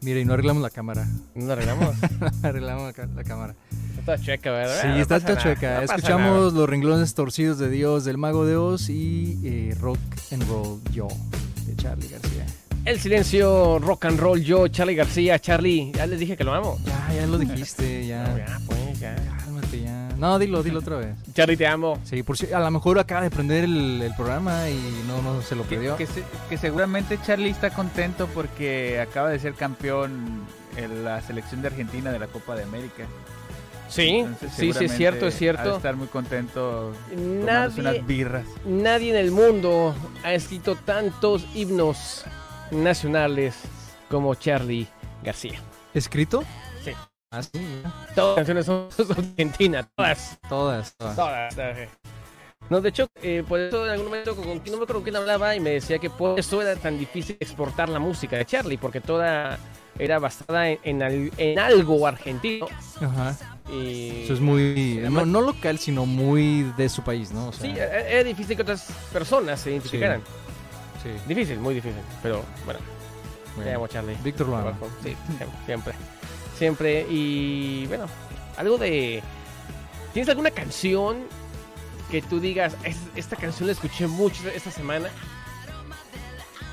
Mira, y no arreglamos la cámara. ¿No arreglamos? arreglamos la, ca- la cámara. está chueca, ¿verdad? Sí, No está pasa está nada, chueca. no pasa Escuchamos nada. los renglones torcidos de Dios, del Mago de Oz y eh, rock and roll, yo de Charlie García. El silencio, rock and roll, yo, Charlie García. Charlie, ya les dije que lo amo. Ya, ya lo dijiste, Ah. ya. Ya, pues, ya. Cálmate ya. No, dilo, dilo otra vez. Charlie, te amo. Sí, por si, a lo mejor acaba de prender el, el programa y no, no se lo Que, pidió. que se- que seguramente Charlie está contento porque acaba de ser campeón en la selección de Argentina de la Copa de América. Sí, Entonces, sí, sí, es seguramente cierto, es ha de cierto. estar muy contento tomándose Nadie, unas birras. nadie en el mundo ha escrito tantos himnos nacionales como Charlie García. ¿Escrito? Sí. Ah, sí, ya. Todas las canciones son son de Argentina, todas, Todas, todas. todas. eh. No, de hecho, eh, por eso en algún momento, con, no me acuerdo con quién hablaba y me decía que por eso era tan difícil exportar la música de Charlie, porque toda era basada en, en al- en algo argentino. Ajá. Y... Eso es muy. además- No, no local, sino muy de su país, ¿no? O sea, Sí, e- era difícil que otras personas se identificaran. sí, Difícil, muy difícil. Pero bueno, bueno. te amo, Charlie. Víctor lo ama. Sí, siem- siempre. Siempre. Y bueno, algo de. ¿Tienes alguna canción que tú digas, "Es- esta canción la escuché mucho esta semana?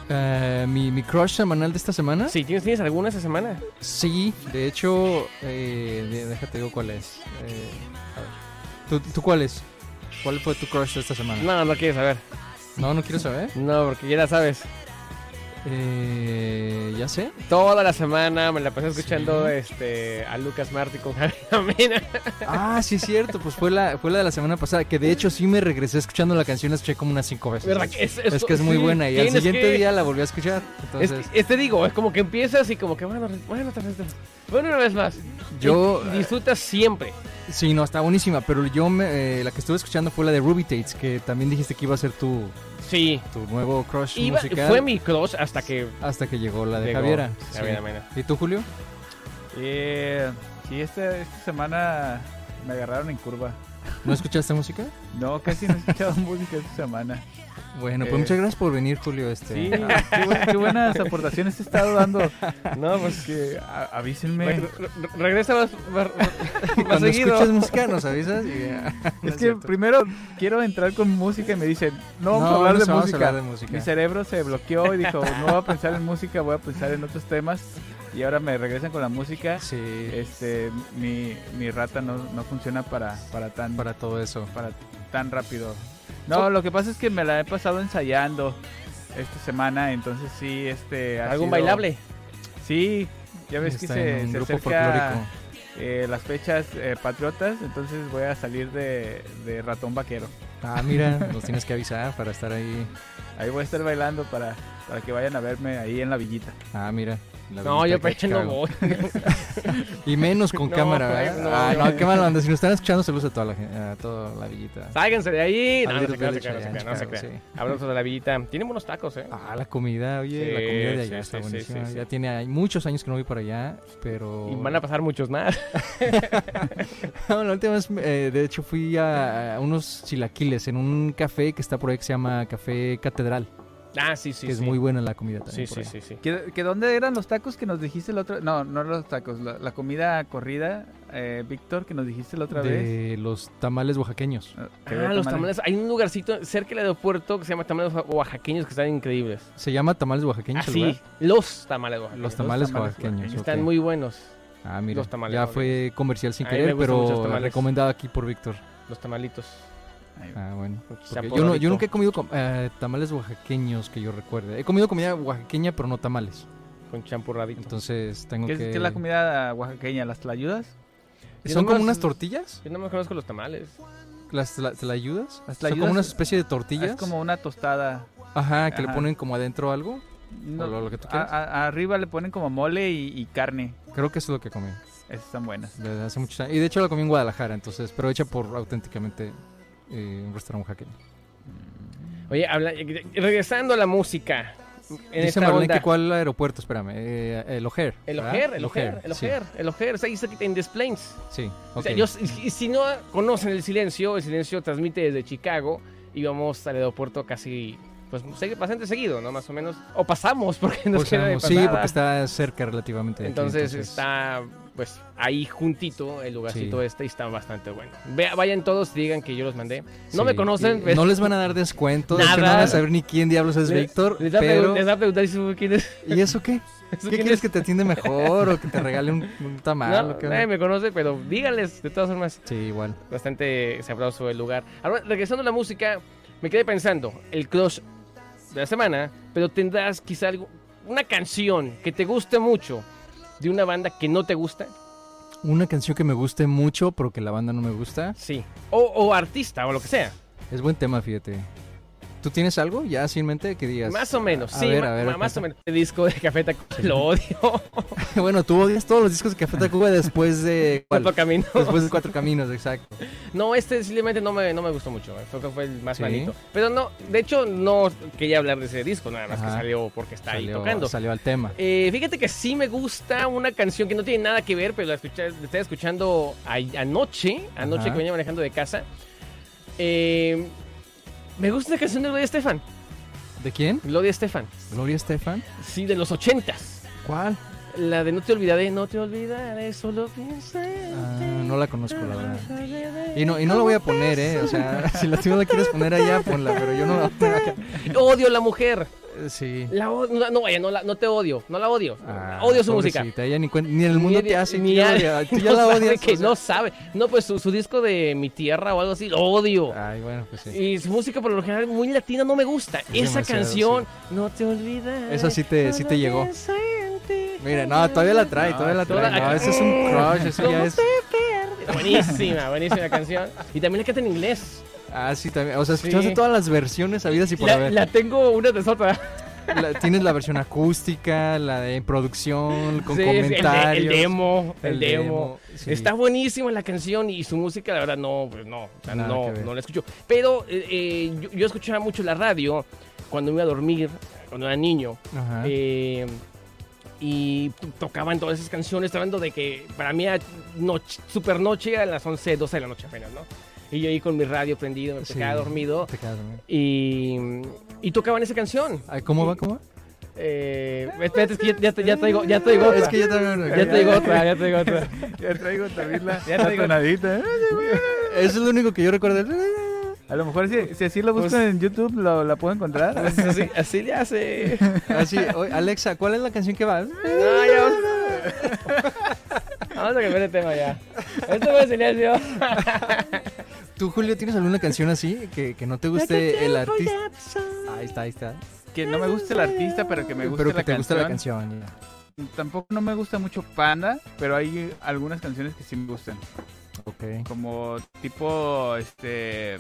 Eh, ¿mi, mi crush semanal de esta semana. Sí, ¿tienes, ¿tienes alguna esta semana? Sí, de hecho, eh, de- déjate digo cuál es. Eh, a ver. ¿Tú, tú cuál es? ¿Cuál fue tu crush de esta semana? No, no quieres saber. No, no quiero saber. No, porque ya la sabes. Eh, ya sé. Toda la semana me la pasé escuchando Sí. este, a Lucas Martí con Javier Amena. Ah, sí, es cierto. Pues fue la, fue la de la semana pasada. Que de hecho sí me regresé escuchando la canción. La escuché como unas cinco veces. ¿Verdad que es, Es, que es muy sí, buena. Y al tienes siguiente que- día la volví a escuchar. Es, Entonces, es- te digo, es como que empiezas y como que bueno, re- bueno, otra vez, otra vez. bueno una vez más. yo. Y disfrutas siempre. Sí, no, está buenísima. Pero yo me, eh, la que estuve escuchando fue la de Ruby Tates. Que también dijiste que iba a ser tu, Sí. tu nuevo crush Iba- musical. fue mi cross hasta que Hasta que llegó la de llegó Javiera. Sí. Javiera Mena. ¿Y tú, Julio? Eh, sí, esta, esta semana me agarraron en curva. ¿No escuchaste música? No, casi no he escuchado música esta semana. Bueno, Eh, pues muchas gracias por venir, Julio. Este. Sí, qué, bu- qué buenas aportaciones he estado dando. No, pues Que a- re- avísenme. re- re- regresa más, más- más Cuando seguido. escuchas música nos avisas y ya. No Es que cierto. primero quiero entrar con música y me dicen, no vamos a No, hablar no de se- vamos a música. hablar de música. Mi cerebro se bloqueó y dijo, no voy a pensar en música, voy a pensar en otros temas. Y ahora me regresan con la música. Sí, Este, mi, mi rata no, no funciona para, para, tan, para, para todo eso. tan rápido. No, lo que pasa es que me la he pasado ensayando esta semana, entonces sí, este... ha ¿Algún sido- bailable? Sí, ya ves Está que se, en un se grupo acerca folclórico. eh, las fechas eh, patriotas, entonces voy a salir de, de ratón vaquero. Ah, mira, nos tienes que avisar para estar ahí. Ahí voy a estar bailando para, para que vayan a verme ahí en la villita. Ah, mira. la No, yo para biblioteca allá de no Chicago. voy. Y menos con No, cámara, güey, ¿verdad? no, ah, no, güey. qué mala onda. Si nos están escuchando, saludos a toda la, gen- a toda la villita. Sáquense de ahí. No, no se Little crean, no se Village crean, no se allá en crean, no se Chicago, crean. Hablamos de la villita. Tienen buenos tacos, ¿eh? Ah, la comida, oye, la Sí, comida de sí, allá está sí, sí, buenísima. sí, sí. Ya tiene hay muchos años que no voy para allá, pero... Y van a pasar muchos más. No, la última vez, eh, de hecho, fui a, a unos chilaquiles en un café que está por ahí que se llama Café Catedral, Ah, sí, sí. que es sí. muy buena la comida también. Sí, por sí, ahí. sí, sí. ¿Que, que dónde eran los tacos que nos dijiste la otra No, no los tacos, la, la comida corrida, eh, Víctor, que nos dijiste la otra vez. De los tamales oaxaqueños. Ah, que había Ah, los tamales. tamales. Hay un lugarcito cerca del aeropuerto que se llama tamales oa- oaxaqueños que están increíbles. ¿Se llama tamales oaxaqueños? Ah, el sí, lugar? los tamales oaxaqueños. Los tamales, tamales oaxaqueños. oaxaqueños. Están ok. muy buenos. Ah, mira, los tamales ya oaxaqueños. fue comercial sin A mí me querer, gustan mucho los pero tamales. recomendado aquí por Víctor. Los tamalitos. Ahí va. Ah, bueno. Quizá porque por Yo, no- ahorita. yo nunca he comido com- eh, tamales oaxaqueños que yo recuerde. He comido comida oaxaqueña, pero no tamales. Con champurradito. Entonces tengo ¿Qué, que... es, qué es la comida oaxaqueña? ¿Las tlayudas? Yo ¿Son nomás- como unas tortillas? Yo no me conozco los tamales. ¿Las, la, ¿Te la ayudas? Las Son tlayudas- como una especie de tortillas. Es como una tostada. Ajá, que le Ajá. ponen como adentro algo. No, lo- lo que tú a- quieras. a- arriba le ponen como mole y, y carne. Creo que eso es lo que comí Esas están buenas. desde hace muchos años. Y de hecho la comí en Guadalajara, entonces, pero hecha por auténticamente eh, un restaurante oaxaqueño. Oye, habla- eh, regresando a la música. En Dice esta Marlene onda. que cuál aeropuerto, espérame. eh, el O'Hare. El ¿verdad? Ojer, el Ojer, el sí, Ojer, el Ojer. Está ahí cerquita en Des Plaines. Sí, O sea, ok. yo- y- y si no conocen el silencio, el silencio transmite desde Chicago y vamos al aeropuerto casi, pues se- bastante seguido, ¿no? Más o menos. O pasamos porque nos Por queda de Samo- sí, pasada. porque está cerca relativamente. de aquí, entonces, está, pues ahí juntito el lugarcito Sí. este y está bastante bueno. Vea- vayan todos, digan que yo los mandé. No sí, me conocen. y pues, No les van a dar descuento. de hecho, Nada. no van a saber ni quién diablos es les- Víctor. Les da pero... a preguntar si quién es. ¿Y eso qué? ¿Qué quién quieres es? que te atiende mejor o que te regale un, un tamal? No, o qué? nadie me conoce, pero díganles, de todas formas. Sí, igual. bastante sabroso el lugar. Ahora, regresando a la música, me quedé pensando, el crush de la semana, pero tendrás quizá algo, una canción que te guste mucho de una banda que no te gusta, Una canción que me guste mucho, pero que la banda no me gusta. sí. O, o artista, o lo que sea. Es buen tema, fíjate. ¿Tú tienes algo ya así en mente que digas? Más o menos, a sí. ver, ma- a ver, ma- más cuenta. o menos. El disco de Café Tacuba lo odio. bueno, tú odias todos los discos de Café Tacuba después de... ¿cuál? Otro camino. Después de Cuatro Caminos, exacto. No, este simplemente no me, no me gustó mucho. eh. Creo que fue el más Sí. malito. Pero no, de hecho, no quería hablar de ese disco, nada más que Ajá. salió porque está ahí Salió, tocando. salió al tema. Eh, fíjate que sí me gusta una canción que no tiene nada que ver, pero la, escuché, la estaba escuchando a- anoche, anoche Ajá. que venía manejando de casa. Eh, me gusta una canción de Gloria Estefan. ¿De quién? Gloria Estefan. Gloria Estefan. Sí, de los ochentas. ¿Cuál? La de No te olvidaré, no te olvidaré, solo piensa en Ah, ti. no la conozco, la verdad. Y no, y no la voy a poner, ¿eh? O sea, si la, tú la quieres poner allá, ponla, pero yo no la voy a poner Odio a la mujer. acá. Eh, Sí. La o- no, no, vaya, no, la- no te odio, no la odio. Ah, odio su música. pobrecita, ella ni, cuen- ni en el mundo Ni- te hace. ni tú ya a- la- tú no ya la sabe odias. que o sea. no sabe. No, pues su, su disco de Mi Tierra o algo así, lo odio. Ay, bueno, pues sí. Y su música por lo general muy latina no me gusta. Esa demasiado, canción, no te olvides. Esa sí te- sí te llegó. Mira, no, todavía la trae, No, todavía la trae. toda Eh, la- No, ese es un crush, eso ya es. Buenísima, buenísima canción. Y también la canta en inglés. Ah, sí, también. O sea, Sí. escuchaste todas las versiones habidas y por La, haber. la tengo una de otra. La- tienes la versión acústica, la de producción, con Sí, sí, el de- comentarios. El, demo, el, el demo. demo, sí. Está buenísima la canción y su música, la verdad, no, pues no, o sea, Nada no, que ver. no la escucho. Pero eh, eh, yo, yo escuchaba mucho la radio cuando me iba a dormir, cuando era niño. Ajá. Eh, y t- tocaban todas esas canciones, estoy hablando de que para mí era noche, super noche a las 11, 12 de la noche apenas, ¿no? Y yo ahí con mi radio prendido, me Sí. quedaba dormido Te quedas dormido. y, y tocaban esa canción. Ay, ¿Cómo va? ¿Cómo va? Eh, espérate, es que ya, ya, te- ya te digo, ya te digo otra. Es que yo también. Ya te digo otra, ya te digo otra. Ya traigo también la, Ya traigo- tonadita. ¿eh? Eso es lo único que yo recuerdo. A lo mejor si, si así lo buscan en YouTube, lo- la puedo encontrar. Pues así, así le hace. Así, Ah, oye, Alexa, ¿cuál es la canción que va? No, ya vamos. Vamos a cambiar de tema ya. Esto fue silencio. ¿Tú, Julio, tienes alguna canción así que, que no te guste el artista? Ahí está, ahí está. Que no me gusta el artista, pero que me gusta Pero que la te canción. gusta la canción. ya. Tampoco no me gusta mucho Panda, pero hay algunas canciones que sí me gustan. Ok. Como tipo, este...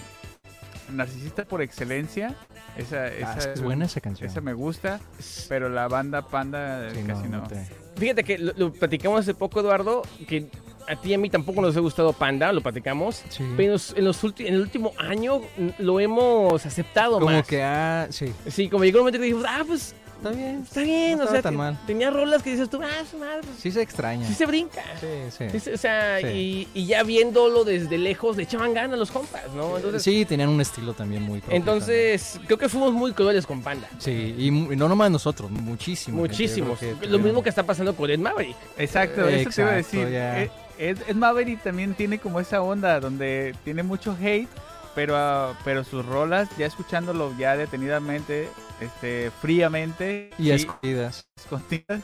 Narcisista por excelencia. Esa, Ah, esa, es que es buena esa canción. esa me gusta, pero la banda Panda Sí, casi no. no te- Fíjate que lo, lo platicamos hace poco, Eduardo, que a ti y a mí tampoco nos ha gustado Panda, lo platicamos. sí. Pero en, los ulti- en el último año mm, lo hemos aceptado Como más. que, ah, sí. Sí, como llegó un momento que dijimos, ah, pues Está bien. está bien. No o estaba sea, tan te- mal. tenía rolas que dices tú, ah, su madre, pues, Sí se extraña. sí se brinca. Sí, sí. Sí, sí, o sea, Sí. y, y ya viéndolo desde lejos, le echaban ganas a los compas, ¿no? Entonces, Sí, tenían un estilo también muy propio entonces creo que fuimos muy crueles con Panda. también. Sí, y, mu- y no nomás nosotros, muchísimo. Muchísimos. Lo mismo que está pasando con Ed Maverick. Exacto, Eh, eso te iba a exacto, decir. ya. Eh, Ed, Ed Maverick también tiene como esa onda donde tiene mucho hate, pero, ah, pero sus rolas, ya escuchándolo ya detenidamente, este, fríamente Y a escondidas. escondidas,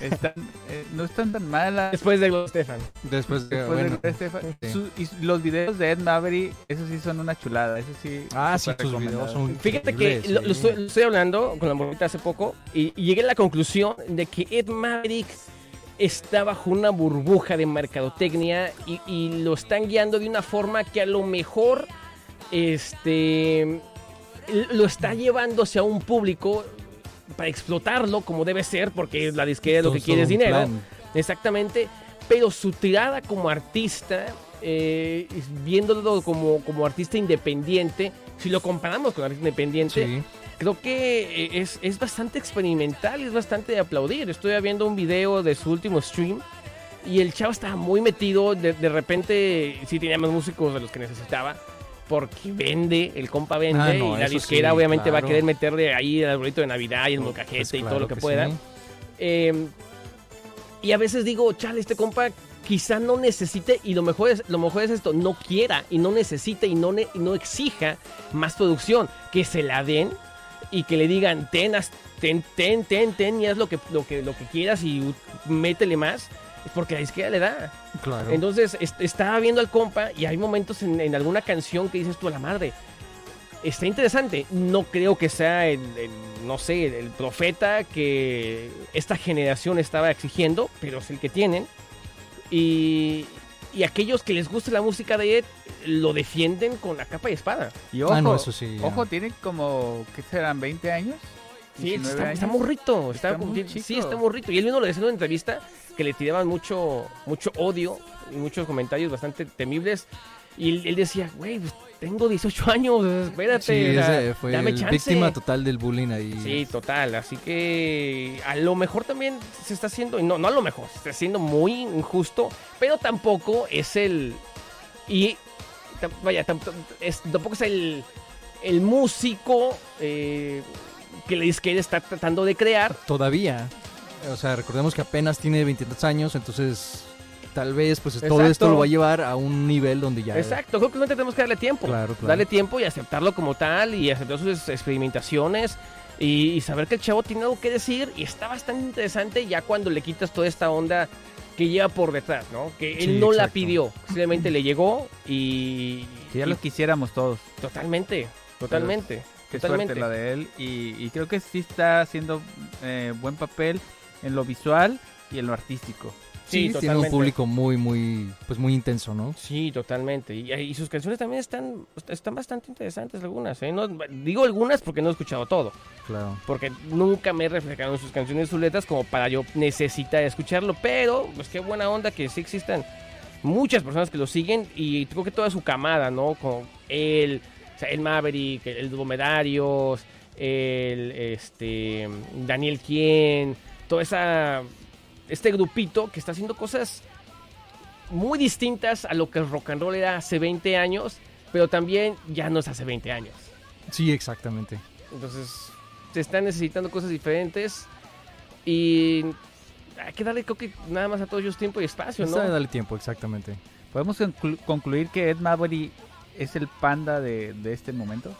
están, eh, no están tan malas. Después de Glow Stefan. Después de. Después bueno. de Estefan- sí. su- y los videos de Ed Maverick, esos sí son una chulada, eso sí. Ah, sí, súper tus videos recomendado. son. Fíjate que increíbles, lo, lo sí. estoy, lo estoy hablando con la morrita hace poco y, y llegué a la conclusión de que Ed Maverick está bajo una burbuja de mercadotecnia y, y lo están guiando de una forma que a lo mejor este lo está llevándose a un público para explotarlo como debe ser porque la disquera lo Todo- que quiere es todo un dinero. plan. Exactamente, pero su tirada como artista, eh, viéndolo como, como artista independiente, si lo comparamos con artista independiente, Sí. creo que eh, es, es bastante experimental y es bastante de aplaudir. Estoy viendo un video de su último stream y el chavo estaba muy metido, de, de repente sí tenía más músicos de los que necesitaba. Porque vende, el compa vende, Ah, no, y la eso disquera sí, obviamente va a claro. querer meterle ahí el arbolito de Navidad y el mocajete Pues y todo claro lo que, sí. pueda. Eh, y a veces digo, chale, este compa quizá no necesite, y lo mejor es, lo mejor es esto, no quiera y no necesite y no, ne- y no exija más producción. Que se la den y que le digan, ten, haz- ten, ten, ten, ten, y haz lo que, lo que, lo que quieras y u- métele más. Porque la izquierda le da. Claro. Entonces, es- estaba viendo al compa y hay momentos en, en alguna canción que dices tú a la madre. Está interesante. No creo que sea el, el, no sé, el, el profeta que esta generación estaba exigiendo, pero es el que tienen. Y, y aquellos que les gusta la música de Ed lo defienden con la capa y espada. Y ojo, ah, no, eso sí. ya. ojo, tiene como, ¿qué serán? ¿20 años? Sí, él 19 está, está años. morrito. Está, Está como- muy sí, chico. está morrito. Y él mismo lo decía en una entrevista que le tiraban mucho, mucho odio y muchos comentarios bastante temibles. Y él, él decía, güey, pues, tengo 18 años, espérate. Sí, o sea, ese fue dame el chance. víctima total del bullying ahí. Sí, total. Así que a lo mejor también se está haciendo, y no, no a lo mejor, se está haciendo muy injusto, pero tampoco es el. Y tam- vaya, tam- tam- es- tampoco es el, el músico eh, que la izquierda está tratando de crear. Todavía. O sea, recordemos que apenas tiene 23 años, entonces tal vez pues todo Exacto. esto lo va a llevar a un nivel donde ya. Exacto, creo que solamente tenemos que darle tiempo. Claro, claro. Darle tiempo y aceptarlo como tal y aceptar sus ex- experimentaciones y, y saber que el chavo tiene algo que decir y está bastante interesante ya cuando le quitas toda esta onda que lleva por detrás, ¿no? Que él Sí, no la exacto. pidió, simplemente le llegó y... Que ya y los quisiéramos todos. Totalmente, totalmente. Qué Totalmente. suerte la de él. Y, y creo que sí está haciendo eh, buen papel en lo visual y en lo artístico. Sí, tiene un público muy, muy, pues muy intenso, ¿no? Sí, totalmente. Y, y sus canciones también están, están bastante interesantes algunas. ¿eh? No- digo algunas porque no he escuchado todo. Claro. porque nunca me he reflejado en sus canciones y sus letras como para yo necesitar escucharlo, pero pues qué buena onda que sí existan muchas personas que lo siguen y creo que toda su camada, ¿no? Con él, o sea, el Maverick, el, el Dromedarios, el este Daniel Quien, toda esa este grupito que está haciendo cosas muy distintas a lo que el rock and roll era hace 20 años, pero también ya no es hace 20 años. Sí, exactamente. Entonces, se están necesitando cosas diferentes y hay que darle, creo que nada más a todos ellos tiempo y espacio, ¿no? Está- Dale tiempo, exactamente. ¿Podemos conclu- concluir que Ed Maverick es el panda de, de este momento?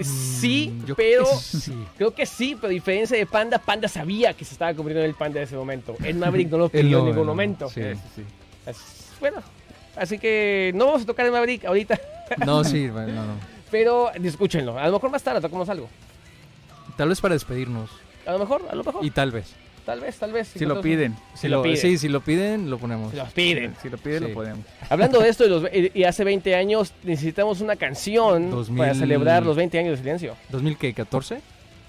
Sí, Mm, yo creo pero... que sí. Creo que sí, pero a diferencia de Panda, Panda sabía que se estaba convirtiendo en el Panda de ese momento. El Maverick no lo Él pidió no, en ningún no, momento. Eh. sí. Eso sí. Así- bueno, así que no vamos a tocar el Maverick ahorita, No, sí, bueno, no, no. pero escúchenlo. A lo mejor más tarde tocamos algo. Tal vez para despedirnos. A lo mejor, a lo mejor. Y tal vez. Tal vez, tal vez. Si lo piden. Oh. Si lo piden. Sí, si lo piden, lo ponemos. Los piden. Si lo piden, Sí. lo podemos. Hablando de esto y, los ve- y- y hace 20 años, necesitamos una canción 2000. para celebrar los 20 años de silencio. ¿2014?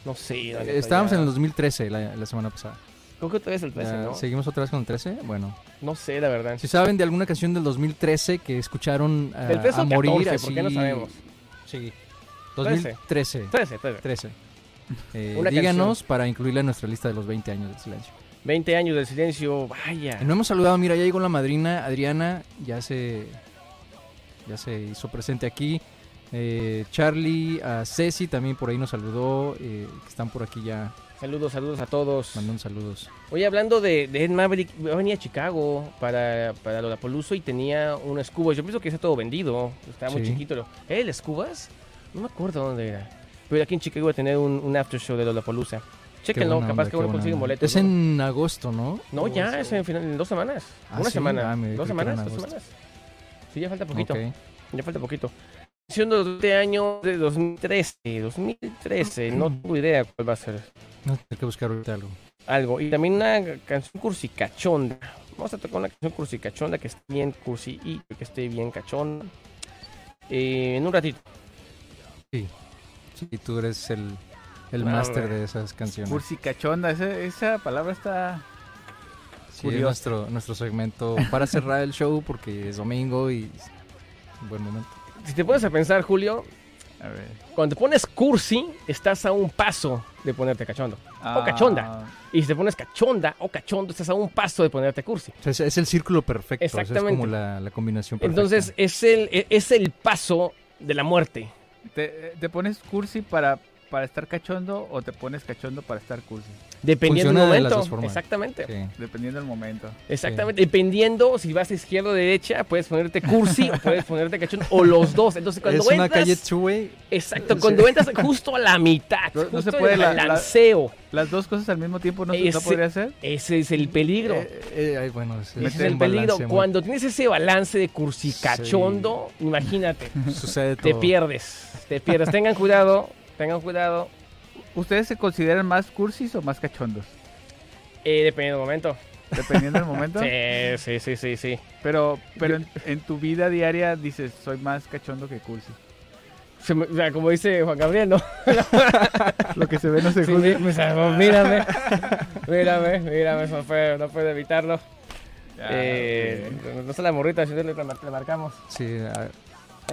No sé. dónde está Estábamos pues ya. en Ah, el 2013 la, la semana pasada. Creo que otra vez el 13, Ya, ¿no? ¿Seguimos otra vez con el 13? Bueno. No sé, la verdad. Si saben de alguna canción del 2013 que escucharon ah, ¿Del 13 a o morir 14? así... ¿Por qué no sabemos? Sí. 2013. 13, 13. 13. Eh, Una díganos para incluirla en nuestra lista de los 20 años del silencio. 20 años de silencio, vaya. No hemos saludado, mira, ya llegó la madrina Adriana, ya se, ya se hizo presente aquí. Eh, Charlie, a Ceci también por ahí nos saludó, eh, que están por aquí ya Saludos, saludos a todos. mandando saludos. Oye, hablando de, de Ed Maverick, yo venía a Chicago para, para Lollapalooza y tenía un Scubas. Yo pienso que está todo vendido. Estaba muy Sí. chiquito. lo- ¿Eh, el Scubas? No me acuerdo dónde era. Pero aquí en Chicago iba a tener un, un after show de Lollapalooza. Chéquenlo, buena capaz onda, que qué uno buena consigue onda. boletos. Es en agosto, ¿no? No, O ya, es en, final- en dos semanas. Ah, Una sí, semana. ah, me- creo dos que era en semanas, dos agosto. semanas. Sí, ya falta poquito. Ok. Ya falta poquito. Siendo de año de 2013, 2013, no tengo idea cuál va a ser No, tengo que buscar ahorita algo. algo. Y también una canción cursicachonda. Vamos a tocar una canción cursicachonda que esté bien cursi y que esté bien cachonda. Eh, en un ratito. Sí, tú eres el, el Bueno, máster bueno. de esas canciones. Cursi cachonda, esa, esa palabra está. Sí, es curioso. nuestro, nuestro segmento para cerrar el show porque es domingo y es un buen momento. Si te pones a pensar, Julio, A ver. cuando te pones cursi, estás a un paso de ponerte cachondo. Ah, cachonda. Y si te pones cachonda o cachondo, estás a un paso de ponerte cursi. O sea, es, es el círculo perfecto. o sea, es Exactamente. como la, la combinación perfecta. Entonces, es el, e, es el paso de la muerte. ¿Te, te pones cursi para, para estar cachondo o te pones cachondo para estar cursi? Dependiendo Funciona de del las momento. dos formas. Exactamente. Sí. Dependiendo del momento. Exactamente, dependiendo si vas a izquierda o derecha, puedes ponerte cursi o puedes ponerte cachón o los dos. Entonces, cuando es una entras, calle two-way. exacto, cuando entras justo a la mitad, No- no justo se en puede el la- la- balanceo. ¿Las dos cosas al mismo tiempo no, se- Ese- no podría ser? Ese es el peligro. Eh, eh, ay, bueno, es, Ese es un el peligro. balance muy- Cuando tienes ese balance de cursi cachondo, imagínate, sucede todo. te pierdes, te pierdes. Tengan cuidado, tengan cuidado, ¿Ustedes se consideran más cursis o más cachondos? eh, dependiendo del momento. Dependiendo del momento. Sí, sí, sí, sí, sí. Pero, pero en, en tu vida diaria dices, soy más cachondo que cursi. Se me- o sea, como dice Juan Gabriel, ¿no? Lo que se ve no se Sí, juzga. mi- mi salvador, mírame, mírame, mírame, eso fue- no puedo evitarlo. Ah, Eh, ok. no sé la morrita, si le, le mar- le marcamos. Sí, a,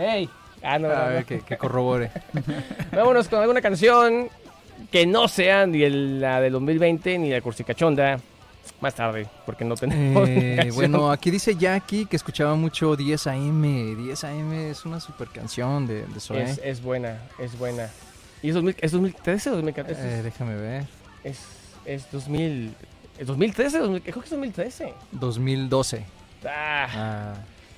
¡Ey! Ah, no, a no, ver, no. que, que corrobore. Vámonos con alguna canción que no sea ni el- la del 2020 ni la cursicachonda. Más tarde, porque no tenemos. Eh, canción. bueno, aquí dice Jackie que escuchaba mucho 10 AM. 10 AM es una super canción de, de Zoé. Eh, es, es buena, es buena. ¿Y es, 2000, es 2013 o 2014? Eh, déjame ver. es, es 2000. ¿Es 2013? 2000, creo que es 2013. 2012. Ah, Ah,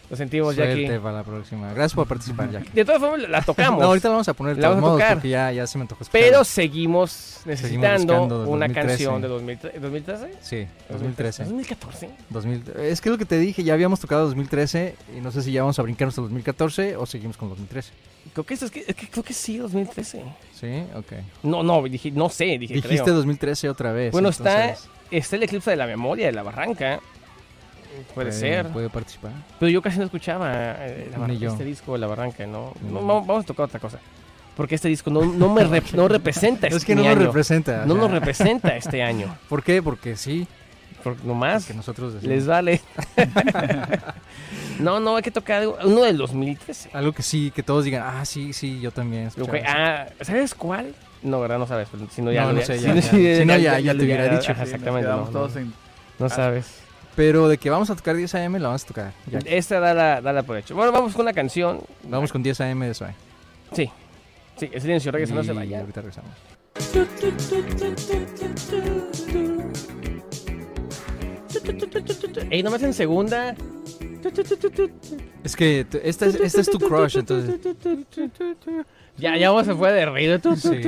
lo sentimos, suerte Jackie. para la próxima. Gracias por participar, Jackie. De todas formas, la tocamos. No, ahorita la vamos a poner de La todos vamos a modos tocar. porque ya, ya se me antojó escucharla. Pero seguimos necesitando buscando del una 2013. canción de 2013. ¿2013? Sí, 2013. 2014. 2000 es que lo que te dije, ya habíamos tocado 2013 y no sé si ya vamos a brincarnos al 2014 o seguimos con 2013. Creo que, eso es que, es que creo que sí, 2013. Sí, ok. No, no, dije, no sé, dije, Dijiste creo. 2013 otra vez. Bueno, está- entonces, Está el eclipse de la memoria de la barranca. Puede ser. eh, Puede participar. Pero yo casi no escuchaba eh, la pues- barranca, Ni yo. este disco de la barranca, ¿no? Ni No, yo. vamos- Vamos a tocar otra cosa. Porque este disco no, no me rep- no representa este Es que no mi nos año. representa. o No sea, nos representa este año. ¿Por qué? Porque sí. Porque nomás Que nosotros decimos. les vale. no, no, hay que tocar algo- uno del 2013. Algo que sí, que todos digan, ah, sí, sí, yo también. Ok, escuchaba eso". ah, ¿Sabes cuál? No, ¿verdad? No sabes. pero Si no, ya No, lo no ya- sé, si ya, no- ya. Si no, ya- ya lo te hubiera hubiera- dicho. ajá, Sí, nos Exactamente. quedamos No, todos no, en- no sabes. Pero de que vamos a tocar 10 AM, la vamos a tocar. Ya. Ah, Esta da la, da la por hecho. Bueno, vamos con una canción. Vamos con 10 AM de eso. Sí. Sí, el silencio, regresa, no se Y vaya. ahorita regresamos. Ey, nomás en segunda. Es que t- esta es, esta es tu crush, entonces. Ya, ya vamos se fue de reír. Sí.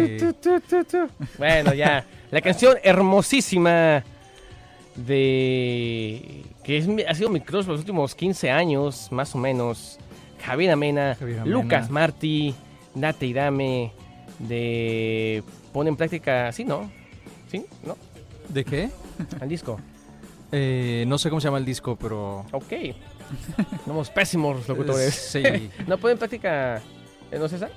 Bueno, ya. La canción hermosísima de... que es mi- ha sido mi crush por los últimos 15 años, más o menos. Javier Amena, Javier Amena. Lucas Martí, Nate Irame, de... Pone en práctica... Sí, ¿no? ¿Sí? ¿No? ¿De qué? al disco. Eh, no sé cómo se llama el disco, pero... Ok. Somos pésimos Eh, locutores. Sí. No pueden práctica. eh, ¿No César?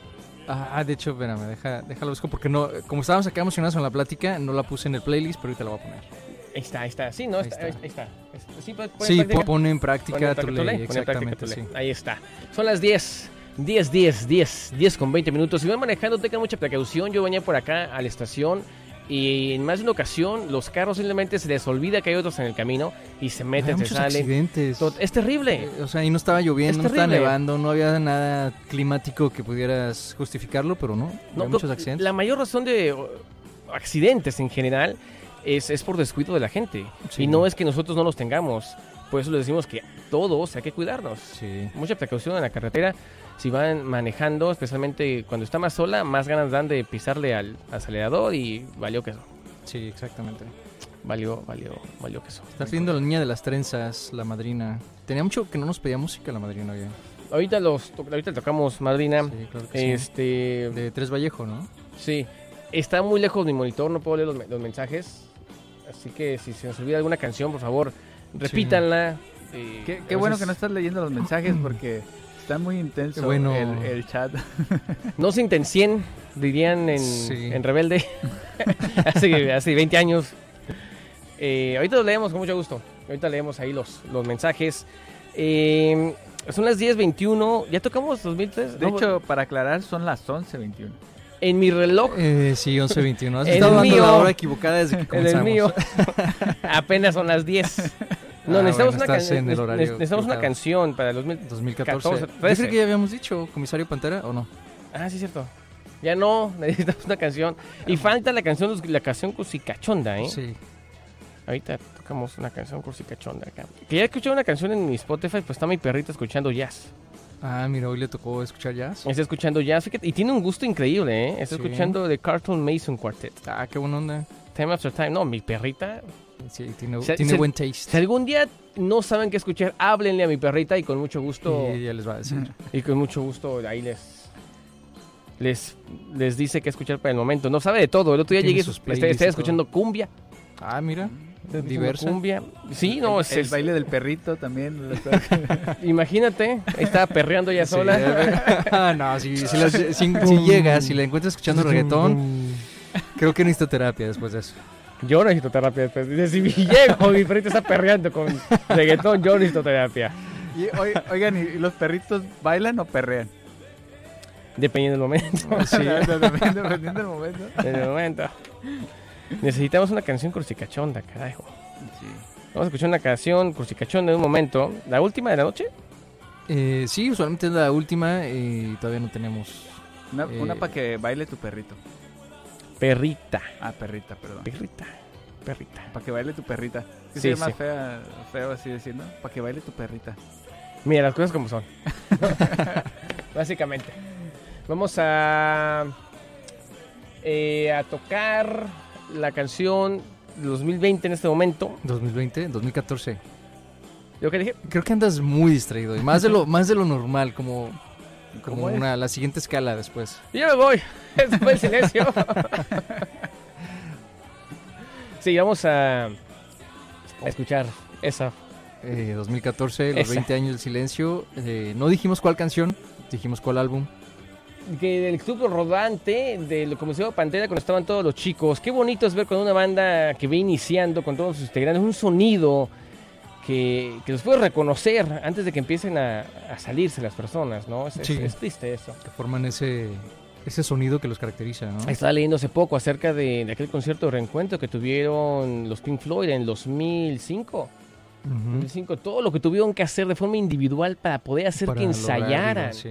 Ah, de hecho, espérame, deja, déjalo busco porque no... Como estábamos acá emocionados con la plática, no la puse en el playlist, pero ahorita la voy a poner. Ahí está, ahí está. Sí, no, Ahí está, ahí está. está. Es- Sí, pues, pueden Sí, práctica. po- pone en práctica Ponen tu práctica ley, tu ley, ponen práctica exactamente, tu ley. sí. Ahí está. Son las 10. 10, 10, 10, 10 con 20 minutos. Si van manejando, tengan mucha precaución. Yo venía por acá a la estación y en más de una ocasión los carros simplemente se les olvida que hay otros en el camino y se Hay meten, se muchos salen. accidentes. Eh, Tot- Es terrible. O sea, ahí no estaba Es lloviendo, no estaba terrible. nevando, no había nada climático que pudieras justificarlo, pero no. No, hay no, muchos accidentes. La mayor razón de o, accidentes en general es, es por descuido de la gente. Sí. Y no es que nosotros no los tengamos. Por eso les decimos que todos hay que cuidarnos. Sí. Mucha precaución en la carretera. Si van manejando, especialmente cuando está más sola, más ganas dan de pisarle al acelerador y valió que eso. Sí, exactamente. Valió, valió, valió que eso. Está viendo la niña de las trenzas, la madrina. Tenía mucho que no nos pedía música la madrina, oye. Ahorita, los, to- ahorita tocamos Madrina. Sí, claro que sí. este, De Tres Vallejo, ¿no? Sí, está muy lejos mi monitor, no puedo leer los, me- los mensajes. Así que si se nos olvida alguna canción, por favor, repítanla. eh, Qué, a qué bueno que no veces estás leyendo los mensajes porque está muy intenso Qué bueno. el, el chat. No se intencien, dirían en, Sí. en Rebelde. hace, hace 20 años. Eh, ahorita los leemos con mucho gusto. Ahorita leemos ahí los, los mensajes. Eh, son las 10.21. ¿Ya tocamos 2003? De No, hecho, pues para aclarar, son las 11.21. en mi reloj, Eh, sí, 11.21. Has El estado dando mío. la hora equivocada desde que en comenzamos. el mío, apenas son las 10. No, Ah, necesitamos, bueno, una, estás can- en el horario neces- necesitamos una equivocado. canción para los mil- 2014. 14, Yo creo que ya habíamos dicho, comisario Pantera, ¿o no? Ah, sí, cierto. Ya no, necesitamos una canción. Y falta la canción, la canción cachonda, ¿eh? Sí. Ahorita tocamos una canción cachonda acá. Que ya escuché una canción en mi Spotify, pues está mi perrita escuchando jazz. Ah, mira, hoy le tocó escuchar jazz. Está escuchando jazz, fíjate, y tiene un gusto increíble, ¿eh? Está Sí. escuchando The Cartoon Mason Quartet. Ah, qué buena onda. Time After Time. No, mi perrita. Sí, tiene, Se- tiene se- buen Si taste. algún día no saben qué escuchar, háblenle a mi perrita y con mucho gusto... Y ya les va a decir. Y con mucho gusto ahí les les, les dice que escuchar para el momento. No sabe de todo. El otro día Tiene llegué, sus estaba playlists estaba y escuchando cumbia. Ah, mira. estaba escuchando Diversa. Cumbia. Sí, no, el, es- el es- baile del perrito también. lo- imagínate, estaba perreando ya Sí, sola. eh, ah, no, si, si, las- si- si llegas y la encuentras escuchando reggaetón, creo que necesito terapia después de eso. Yo necesito terapia después. Dice, si llego, mi perrito está perreando con reggaetón, yo necesito terapia. Y, oi- oigan, ¿y los perritos bailan o perrean? Dependiendo del momento. Dependiendo, dependiendo del momento. En el momento. Necesitamos una canción crucicachonda, carajo. Vamos a escuchar una canción crucicachonda en un momento. La última de la noche. Eh, sí, usualmente es la última y todavía no tenemos. Una, Eh. para que baile tu perrito. Perrita. Ah, perrita, perdón. Perrita. Perrita. Para que baile tu perrita. Sí, Sí, se ve más sí. fea, feo así diciendo. Para que baile tu perrita. Mira, las cosas como son. Básicamente. Vamos a, eh, a tocar la canción 2020 en este momento. 2020, 2014. Yo que dije, Creo que andas muy distraído y más de lo, más de lo normal, como, como ¿Cómo es? una, la siguiente escala después. yo me voy. Eso fue el silencio. sí, vamos a, a escuchar esa. Eh, 2014, los Esa. 20 años del silencio. eh, no dijimos cuál canción, dijimos cuál álbum. Que del club rodante del Comiseo Pantera cuando estaban todos los chicos. Qué bonito es ver con una banda que ve iniciando con todos sus integrantes un sonido que, que los puede reconocer antes de que empiecen a, a salirse las personas, ¿no? Es, es- Sí. es triste eso. Que forman ese, ese sonido que los caracteriza, ¿no? Estaba leyendo hace poco acerca de, de aquel concierto de reencuentro que tuvieron los Pink Floyd en 2005. Ujú. 2005, todo lo que tuvieron que hacer de forma individual para poder hacer Para que lograr, digo, ensayaran. sí.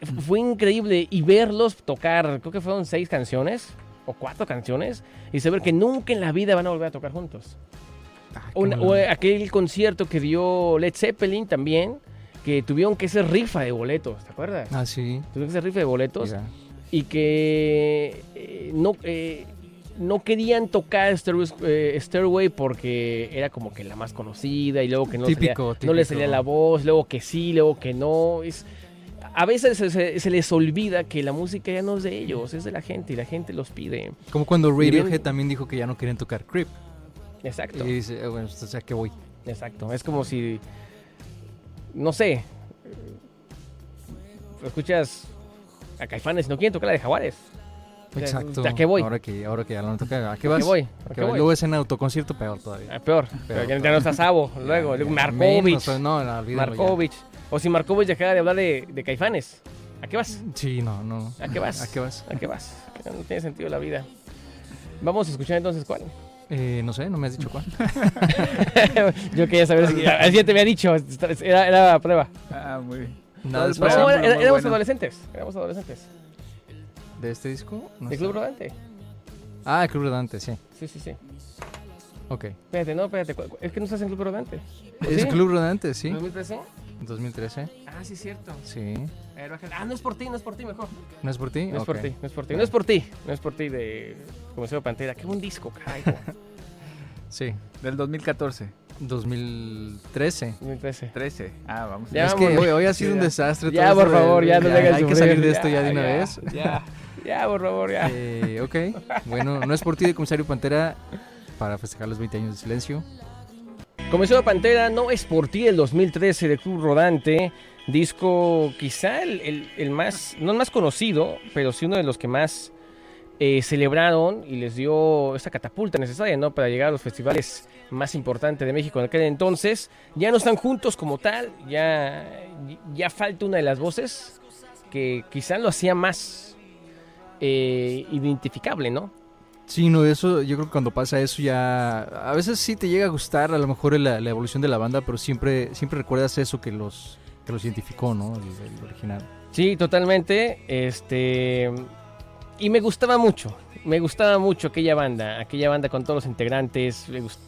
F- fue increíble y verlos tocar, creo que fueron seis canciones o cuatro canciones, y saber que nunca en la vida van a volver a tocar juntos. Ah, qué O, na- mala o aquel concierto que dio Led Zeppelin también, que tuvieron que hacer rifa de boletos, ¿te acuerdas? Ah, sí. Tuvieron que hacer rifa de boletos mira. y que eh, no, eh, no querían tocar Stairway, eh, Stairway porque era como que la más conocida y luego que no, salía- Típico, no le típico. salía la voz, luego que sí, luego que no. Es, a veces se, se- se les olvida que la música ya no es de ellos, es de la gente y la gente los pide. Como cuando Y bien- Radiohead también dijo que ya no querían tocar Creep. Exacto. Y dice, eh, bueno, o sea, que voy. Exacto. Es como si. No sé. eh, Escuchas a Caifanes y no quieren tocar la de Jaguares. O sea, Exacto. Pues, ¿A qué voy? Ahora que, ahora que ya no toca, ¿a qué ¿A vas? qué voy? ¿A ¿A qué qué vas? voy? Luego es en autoconcierto peor todavía. Ah, peor. Pero Peor, ya, ya peor. no está Sabo. Luego, luego Markovic. Menos, o- no, no, olvídalo ya. Markovic. O si Markovic dejara de hablar de, de Caifanes. ¿A qué vas? Sí, no, no. ¿A qué vas? ¿A qué vas? ¿A qué vas? No tiene sentido la vida. Vamos a escuchar entonces cuál. Eh, no sé, no me has dicho cuál. Yo quería saber si así ya te había dicho. Era, era prueba. Ah, muy bien. Nada No, después Pero- era- muy éramos bueno. adolescentes. Éramos adolescentes. de este disco. No ¿De sé. Club Rodante? Ah, Club Rodante, sí. Sí, sí, sí. Ok. Espérate, no, espérate. cu- cu- Es que no estás en Club Rodante. Es sí? Club Rodante, sí. ¿2013? 2013, Ah, sí, cierto. sí. Ah, no es por ti, no es por ti, mejor. ¿No es por ti? No es por Ok. ti, no es por ti. No es por ti. No es por ti de Como se llama Pantera. Qué buen disco, carajo. Sí. Del 2014. 2013. 2013. 13. Ah, vamos. Ya, es que vámonos. hoy, hoy ha sido Sí, un ya. desastre. Ya, todo por esto de- favor, ya no de- te hagas Hay que salir sufrir, de esto ya, ya, de una ya. vez. Ya. Ya, por favor, ya. Eh, ok, bueno, no es por ti de Comisario Pantera para festejar los 20 años de silencio. Comenzó la Pantera, no es por ti el 2013 de Club Rodante, disco quizá el, el- el más, no el más conocido, pero sí uno de los que más eh, celebraron y les dio esa catapulta necesaria, ¿no? Para llegar a los festivales más importantes de México en aquel entonces. Ya no están juntos como tal, ya, ya falta una de las voces que quizá lo hacía más eh, identificable, ¿no? Sí, no, eso, yo creo que cuando pasa eso ya, a veces sí te llega a gustar a lo mejor la, la evolución de la banda, pero siempre, siempre recuerdas eso que los, que los identificó, ¿no? El, el original. Sí, totalmente. Este. Y me gustaba mucho. Me gustaba mucho aquella banda. Aquella banda con todos los integrantes. me gust-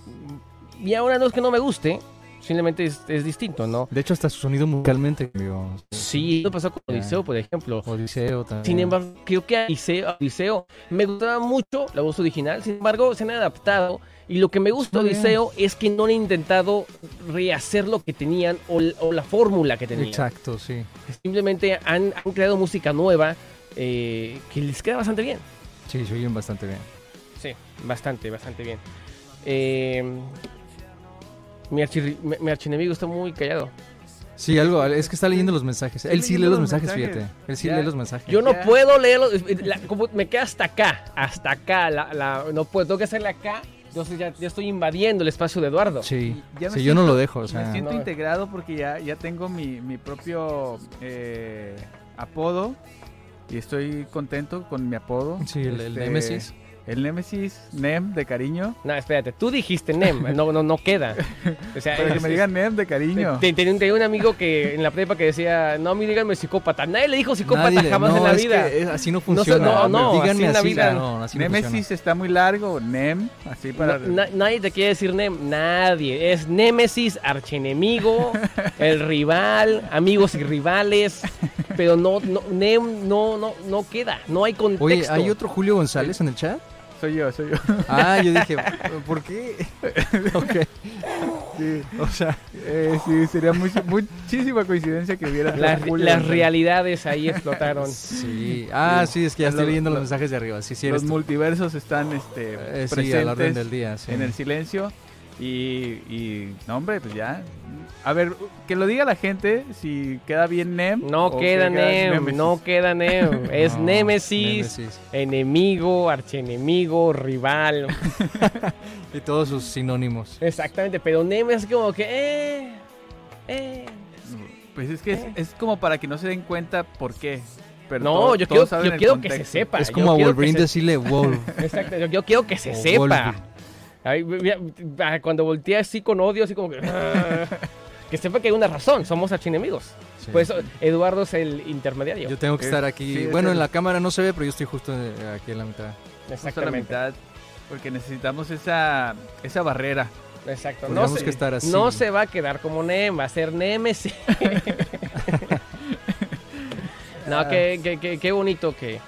Y ahora no es que no me guste. Simplemente es, es distinto, ¿no? De hecho, hasta su sonido musicalmente, digo, Sí, lo pasó con Ya. Odiseo, por ejemplo. Odiseo también. Sin embargo, creo que a Odiseo, a Odiseo me gustaba mucho la voz original. Sin embargo, se han adaptado. Y lo que me gusta de Muy bien. Odiseo es que no han intentado rehacer lo que tenían o, l- o la fórmula que tenían. Exacto, sí. Simplemente han, han creado música nueva eh, que les queda bastante bien. Sí, se oyen bastante bien. Sí, bastante, bastante bien. Eh, mi, archirri- mi- mi archienemigo está muy callado. Sí, algo, es que está leyendo los mensajes. Él sí lee los mensajes, mensajes. fíjate. Él sí Ya. lee los mensajes. Yo no Ya. puedo leerlo. eh, la- como me queda hasta acá, hasta acá. La, la- no puedo, tengo que hacerle acá. Entonces ya, ya estoy invadiendo el espacio de Eduardo. Sí, Ya me sí, yo no siento- lo dejo, o sea. Me siento No. integrado porque ya, ya tengo mi, mi propio eh, apodo y estoy contento con mi apodo. Sí, el, el Este, Nemesis. El Némesis, Nem de cariño. No, espérate, tú dijiste NEM, no, no, no queda. O sea, Para que es- me es- digan Nem de cariño. te- te- Tenía un, tenía un amigo que en la prepa que decía, no, a mí díganme psicópata. Nadie le dijo psicópata Nadie le- jamás no, en la es vida. que, eh, así no funciona. no, no, Díganme así en la vida no, así no Némesis está muy largo, Nem, así para... No, na- nadie te quiere decir NEM, nadie. Es Némesis, archenemigo, el rival, amigos y rivales. Pero no, no NEM no, no, no queda, no hay funciona. contexto. Oye, ¿hay otro Julio González en el chat? Soy yo, soy yo. Ah, yo dije, ¿por qué? ok, Sí, o sea, eh, sí, sería muy- muchísima coincidencia que hubiera... Las, Julio las González. realidades ahí explotaron. sí. Ah, sí, es que ya estoy Los- leyendo los los- mensajes de arriba, sí, sí, Los eres tú. multiversos están este, Eh, sí, presentes a la orden del día, sí. en el silencio. Y, y, no, hombre, pues ya. A ver, que lo diga la gente si queda bien NEM. No o queda que NEM, Némesis. no queda NEM. Es No, Némesis, enemigo, archenemigo, rival. Y todos sus sinónimos. Exactamente, pero NEM es como que, eh, eh. Pues es que es, es como para que no se den cuenta por qué. Pero No, todo- yo quiero, todos saben yo el quiero que se contexto. sepa. es yo como a quiero que Wolverine se- decirle Wolf. Exacto, yo, yo quiero que se o sepa. Wolverine. Ay, mira, ah, cuando volteé así con odio, así como que. ah, que sepa que hay una razón, somos archienemigos. Sí. Eh, Por eso Eduardo es el intermediario. Yo tengo que Es- estar aquí. sí, es bueno, el- en la cámara no se ve, pero yo estoy justo eh, aquí en la mitad. Justo a la Exactamente. mitad. Porque necesitamos esa, esa barrera. Exacto. No Tendríamos se, que estar así. no se va a quedar como Nem, va a ser Nemesis. no, qué, Ah. qué- qué- qué bonito que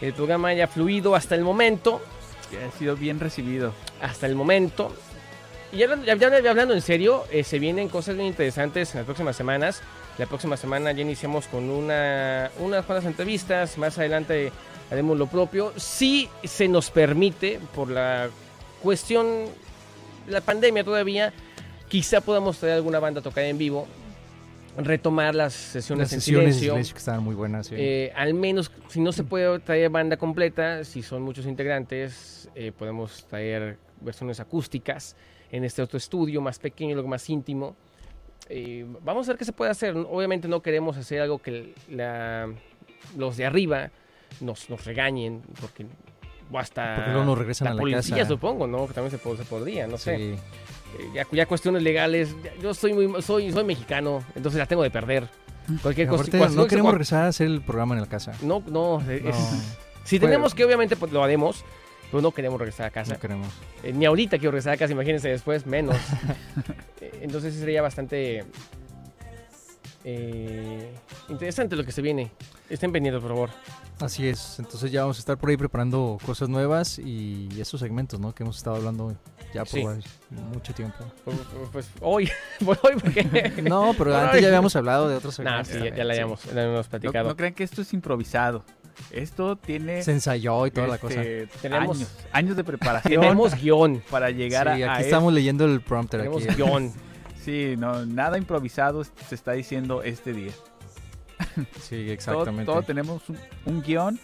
el programa haya fluido hasta el momento. Que ha sido bien recibido. hasta el momento. Y ya hablando, ya- ya hablando en serio, eh, se vienen cosas bien interesantes en las próximas semanas. La próxima semana ya iniciamos con una, unas cuantas entrevistas. Más adelante haremos lo propio. Si se nos permite, por la cuestión la pandemia todavía, quizá podamos traer alguna banda tocada en vivo, retomar las sesiones, Las sesiones en de silencio. silencio que estaban muy buenas. sí. Eh, al menos, si no se puede traer banda completa, si son muchos integrantes, eh, podemos traer versiones acústicas en este otro estudio más pequeño, algo más íntimo. Eh, vamos a ver qué se puede hacer. Obviamente no queremos hacer algo que la- los de arriba nos, nos regañen, porque o hasta Porque luego nos regresan la a la policía, casa. supongo, ¿no? Que también se, po- se podría, no sé. Sí. Eh, ya, ya cuestiones legales. ya- yo soy, muy, soy, soy mexicano, entonces las tengo de perder. Cualquier cosa. Aparte, cualquier- no queremos cual- regresar a hacer el programa en la casa. no, no, eh, es- No, si Fue- tenemos que, obviamente, pues, lo haremos, pero no queremos regresar a casa. no queremos. Eh, ni ahorita quiero regresar a casa, imagínense después, menos. Eh, Entonces sí sería bastante eh, interesante lo que se viene. Estén pendientes, por favor. Así es, entonces ya vamos a estar por ahí preparando cosas nuevas y estos segmentos, ¿no? Que hemos estado hablando ya por Sí. varios- mucho tiempo. Por- por- Pues hoy, por hoy, porque... No, pero antes ya habíamos hablado de otros Nah, segmentos. sí, ya, también, ya la sí. hayamos, la habíamos No, platicado. no crean que esto es improvisado. Esto tiene Se ensayó y toda la cosa. este, Tenemos- años, años de preparación Tenemos guión, para llegar Sí, a, aquí a estamos leyendo el prompter. Aquí. tenemos guión. esto. Sí, no, nada improvisado se está diciendo este día. Sí, Todo, exactamente. todo tenemos un, un guión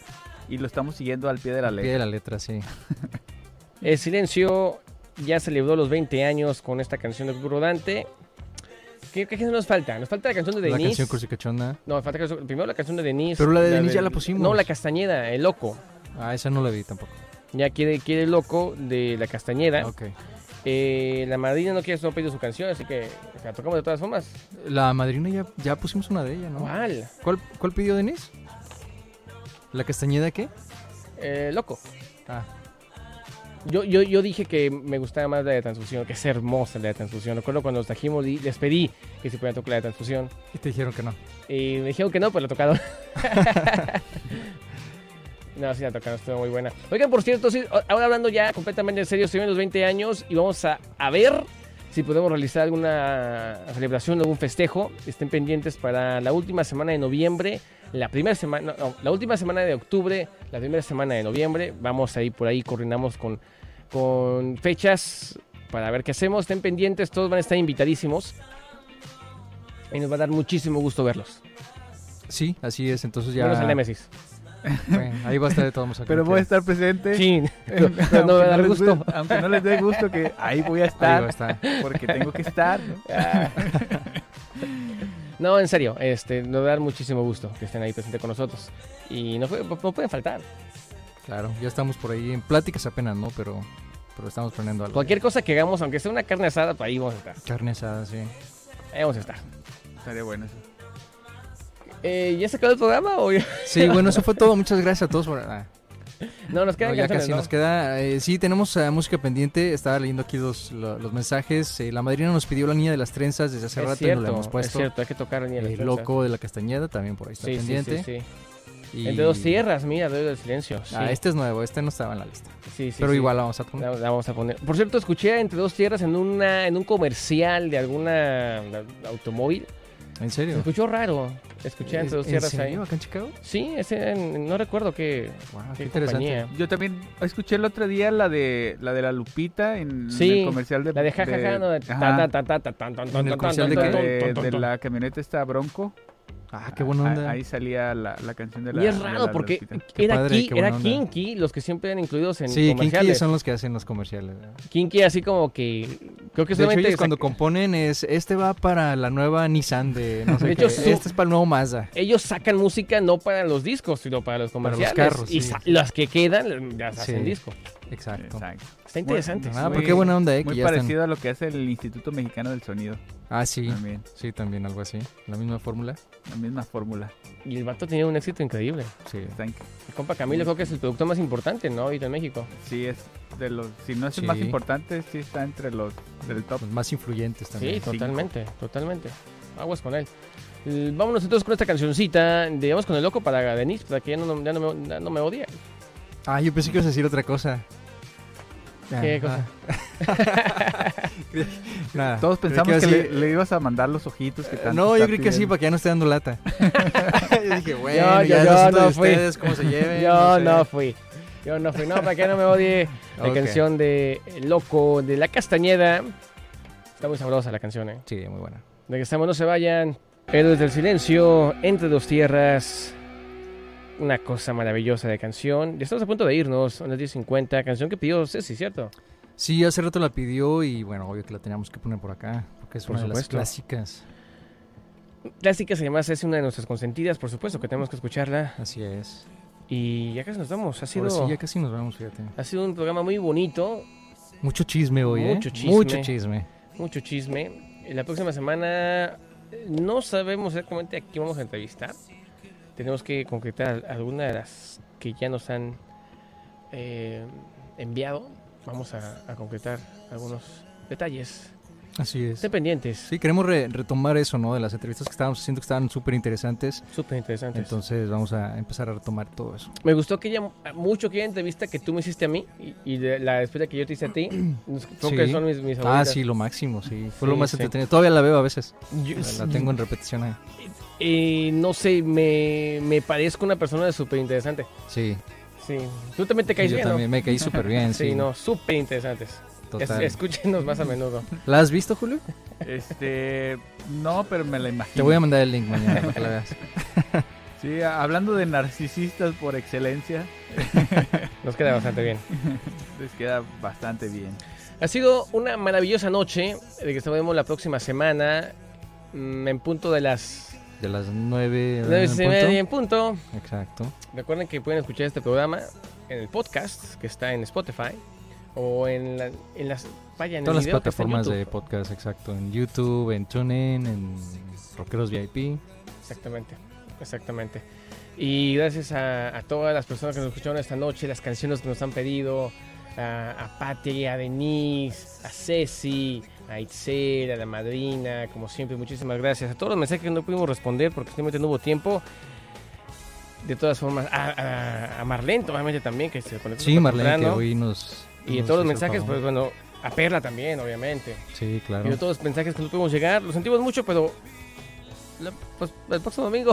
y lo estamos siguiendo al pie de la Al pie ley. de la letra, sí. El silencio ya celebró los 20 años con esta canción de Grupo Rodante. ¿Qué, ¿Qué canción nos falta? Nos falta la canción de La Denise. canción crucicachona. No, falta que- primero la canción de Denise. Pero la de Denise ya la pusimos. No, la Castañeda, el loco. Ah, esa no la vi tampoco. Ya quiere, quiere el loco de la Castañeda. Ok. Eh, la madrina no quiere no ha pedido su canción, así que la tocamos de todas formas. La madrina ya, ya pusimos una de ella, ¿no? ¿Cuál? ¿Cuál, cuál pidió Denise? ¿La castañeda qué? Eh, loco. Ah, Yo, yo, yo dije que me gustaba más la de transfusión, que es hermosa la de transfusión. Recuerdo cuando los trajimos y les pedí que se pudieran tocar la de transfusión. y te dijeron que no. Y me dijeron que no, pues la tocaron. no, sí la tocaron, estuvo muy buena. Oigan, por cierto, sí, a- ahora hablando ya completamente en serio, se vienen los 20 años y vamos a, a ver si podemos realizar alguna celebración, algún festejo. Estén pendientes para la última semana de noviembre, la primera semana, no, no, la última semana de octubre, la primera semana de noviembre. Vamos ahí por ahí, coordinamos con, con fechas para ver qué hacemos. Estén pendientes, todos van a estar invitadísimos. Y nos va a dar muchísimo gusto verlos. Sí, así es. Entonces ya. Menos el Nemesis. Bueno, ahí va a estar de todo más Pero voy a estar presente. Sí, eh, no, no me aunque da les gusto. guste- aunque no les dé gusto, que ahí voy Ahí a va a estar estar. porque tengo que estar. ¿no? No, en serio, este, nos va a dar muchísimo gusto que estén ahí presentes con nosotros. Y no, fue- no pueden faltar. Claro, ya estamos por ahí en pláticas apenas, ¿no? Pero, pero estamos planeando algo. Cualquier cosa que hagamos, aunque sea una carne asada, pues ahí vamos a estar. Carne asada, sí. Ahí vamos a estar. Estaría bueno eso. Eh, ¿Ya se acabó el programa? O ya? Sí, bueno, eso fue todo. Muchas gracias a todos por. ah, No, nos quedan no, ya canciones, casi ¿no? nos queda. eh, sí, tenemos eh, música pendiente. Estaba leyendo aquí los, lo- los mensajes. eh, la madrina nos pidió la niña de las trenzas desde hace es rato cierto, y no la hemos es puesto. cierto, hay que tocar ni El el loco de la castañeda también por ahí está Sí, sí, pendiente. sí, sí. Y- El de dos tierras, mira, el del silencio. Sí, Ah, este es nuevo, este no estaba en la lista. sí, sí, pero sí. igual la vamos a poner. La, la vamos a poner. Por cierto, escuché a Entre Dos Tierras en, una, en un comercial de alguna de automóvil. ¿En Se serio? escuchó raro. Escuché a Entre Dos Tierras ¿En ahí. serio? ¿Acá en Chicago? Sí, ese, en- no recuerdo qué, Wow, qué qué interesante. compañía. Yo también escuché el otro día la de la de la Lupita en Sí, el comercial de La de jajaja, no, de ta, Ajá, ta, ta, ta, ta, tan, tan, En el tan, comercial tan, de tan, de- tan, tan, de tan. la camioneta esta Bronco. Ah, qué buena Ah, onda. Ahí salía la, la canción de la Y es de la- raro de porque Lupita. Qué era, padre, Ki- qué buena era onda. Kinky los que siempre eran incluidos en Sí, Kinky comerciales. son los que hacen los comerciales. ¿verdad? Kinky así como que creo que De hecho, solamente ellos sac- cuando componen es, este va para la nueva Nissan de no sé De qué, hecho, su- este es para el nuevo Mazda. ellos sacan música no para los discos, sino para los Para los comerciales. carros, y sí. sa- las que quedan las Sí. hacen disco. Exacto. Exacto. Está interesante. Ah, Muy- pero qué buena onda, eh, que Muy ya están- parecido a lo que hace el Instituto Mexicano del Sonido Ah, sí, también. sí, también algo así, la misma fórmula. La misma fórmula. Y el vato tenía un éxito increíble. Sí. Está en- El compa Camilo creo que es el productor más importante, ¿no? Ahorita en México. Sí, es de los. Si no es el Sí. más importante, sí está entre los del top. Los más influyentes Sí, también. cinco. totalmente, totalmente. Aguas con él. Eh, Vámonos entonces con esta cancioncita. Digamos con el loco para Denise, para que ya no, ya no me, ya no me odie. Ah, yo pensé que ibas a decir otra cosa. ¿Qué ah. cosa? Nada, Todos creí pensamos que, ibas a le, decir- le ibas a mandar los ojitos que tanto Eh, No, yo está creí que sí, pidiendo. para que ya no esté dando lata. yo dije, bueno, yo- yo ya, es asunto no de fui. ustedes, cómo se lleven. Yo no, sé. fui. Yo no fui, no, para que no me odie. La Ok. canción de Loco, de La Castañeda. Está muy sabrosa la canción, ¿eh? Sí, muy buena. Regresamos, no se vayan. Héroes del Silencio, Entre dos Tierras. Una cosa maravillosa de canción. Ya estamos a punto de irnos, son las 10.50. Canción que pidió Ceci, ¿cierto? Sí, hace rato la pidió y bueno, obvio que la teníamos que poner por acá, porque es Por una supuesto. de las clásicas. Clásica, además, es una de nuestras consentidas, por supuesto, que tenemos que escucharla. Así es. Y ya casi nos vamos. Ha sido, Ahora sí, ya casi nos vamos, fíjate. ha sido un programa muy bonito, Mucho chisme hoy, ¿eh? Mucho chisme. Mucho chisme. mucho chisme. La próxima semana eh, no sabemos exactamente a quién vamos a entrevistar. Tenemos que concretar alguna de las que ya nos han eh, enviado. Vamos a, a concretar algunos detalles. Así es. Estén pendientes. Sí, queremos re- retomar eso, ¿no? De las entrevistas que estábamos haciendo que estaban súper interesantes. Súper interesantes. Entonces vamos a empezar a retomar todo eso. Me gustó aquella, mucho aquella entrevista que tú me hiciste a mí y, y de la despedida que yo te hice a ti. Creo que Sí. son mis, mis Ah, favoritas. sí, lo máximo, sí. Fue Sí, lo más sí. entretenido. Todavía la veo a veces. Yo- La tengo en repetición ahí. eh, no sé, me, me parezco una persona súper interesante. Sí. Sí. Tú también te caes yo bien, ¿no? también me caí súper bien, sí. Sí, no, súper interesantes. Es- Total. escúchenos más a menudo. ¿La has visto, Julio? Este, no, pero me la imagino. Te voy a mandar el link mañana para que la veas. Sí, a- hablando de narcisistas por excelencia, Nos queda bastante bien. les queda bastante bien. Ha sido una maravillosa noche. De que estaremos la próxima semana mm, en punto de las De las nueve. nueve en y media punto. en punto. Exacto. Recuerden que pueden escuchar este programa en el podcast que está en Spotify o en, la- en las. Vaya, en el Todas las video que está en plataformas de YouTube. podcast, exacto. En YouTube, en TuneIn, en Rockeros VIP. Exactamente, exactamente. Y gracias a, a todas las personas que nos escucharon esta noche, las canciones que nos han pedido, a, a Patti, a Denise, a Ceci, a Itzel, a la madrina, como siempre, muchísimas gracias. A todos los mensajes que no pudimos responder porque simplemente no hubo tiempo. De todas formas, a, a- a Marlene, obviamente también, que se conectó. Sí, súper Marlene, que temprano. hoy nos. Y de todos los nos hizo el mensajes, pues favor. bueno, a Perla también, obviamente. Sí, Y claro. de todos los mensajes que no pudimos llegar, los sentimos mucho, pero. la- pues, el próximo domingo.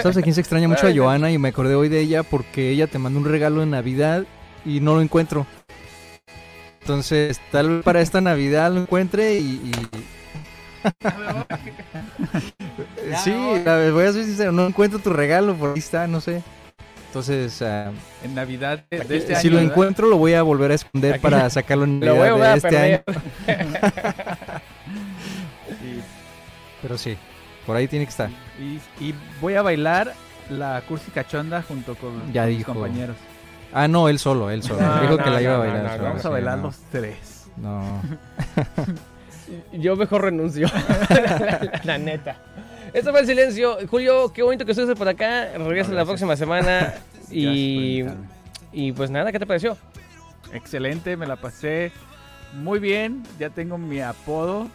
¿Sabes a quién se extraña mucho? A Ay, no. Joana y me acordé hoy de ella porque ella te mandó un regalo en Navidad y no lo encuentro. Entonces, tal vez para esta Navidad lo encuentre y... y- sí, la verdad, voy a ser sincero, no encuentro tu regalo, por ahí está, no sé. Entonces, ah, En Navidad de, de Aquí- este año. si lo ¿verdad? encuentro lo voy a volver a esconder Aquí- para sacarlo en Lo voy a Navidad volver de a este perder. año. Sí. Pero sí, por ahí tiene que estar. Y, y voy a bailar la cursi cachonda junto con Ya con mis dijo. compañeros. Ah, no, él solo, él solo. No, Dijo no, que la iba no, a no, bailar. no, solo, Vamos sí, a bailar no. los tres. No. Yo mejor renuncio. la, la- la neta. Esto fue el silencio. Julio, qué bonito que estuviste por acá. Regresa No, la gracias. próxima semana. y, Gracias por invitarme. y pues nada, ¿qué te pareció? Excelente, me la pasé muy bien. Ya tengo mi apodo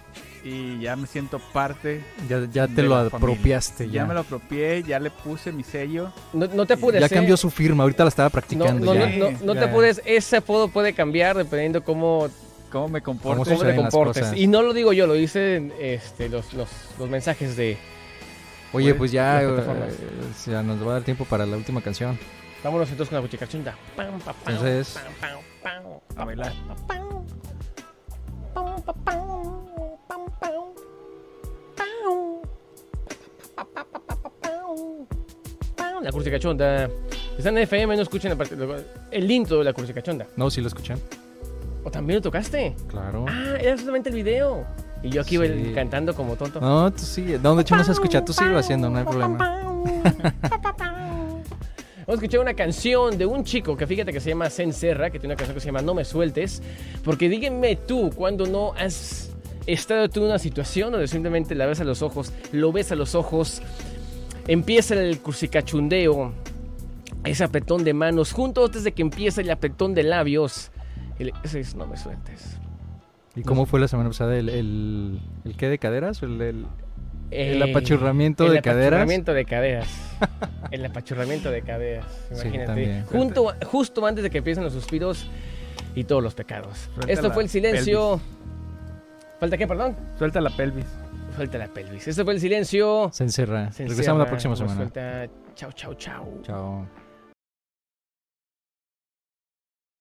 y ya me siento parte. Ya, ya te de lo la familia. apropiaste. Ya me lo apropié, ya le puse mi sello. No, no te apures. Ya ¿eh? cambió su firma, ahorita la estaba No, no, practicando. ya. no, no- no te Ya. apures. Ese apodo puede cambiar dependiendo cómo, ¿Cómo me cómo comporto? Vamos te suceden las comportes. cosas. Y no lo digo yo, lo dicen este, los, los, los mensajes de. Oye, Pues, pues ya, las plataformas. eh, ya nos va a dar tiempo para la última canción. Vámonos entonces con la cuchicachunda. Pam, pa, pam, Entonces- pam, pam, pam. A bailar. La Cursi Cachonda. Están en FM, no escuchen la parte- el intro de la Cursi Cachonda. No, sí lo escuchan. ¿O también lo tocaste? Claro. Ah, era solamente el video. Y yo aquí Sí. bail- cantando como tonto. No, tú sigue. No, de hecho no se escucha. Tú sigue haciendo, no hay problema. Vamos a escuchar una canción de un chico que fíjate que se llama Sen Serra, que tiene una canción que se llama No me sueltes, porque díganme tú cuando no has estado tú en una situación donde simplemente la ves a los ojos, lo ves a los ojos, empieza el cursicachundeo, ese apretón de manos, juntos desde que empieza el apretón de labios, el- ese es No me sueltes. ¿Y cómo fue la semana pasada? ¿El, el, el qué de caderas? ¿El, el, el Eh, apachurramiento de El caderas? apachurramiento de caderas. el apachurramiento de caderas. Sí, Imagínate. también. Junto, justo antes de que empiecen los suspiros y todos los pecados. Suelta Esto la fue el silencio. ¿Falta qué, perdón? Suelta la pelvis. Falta la pelvis. Esto fue el silencio. Se encerra. Se Regresamos encierra, pues, la próxima nos semana. suelta. Chao, chao, chao. Chao.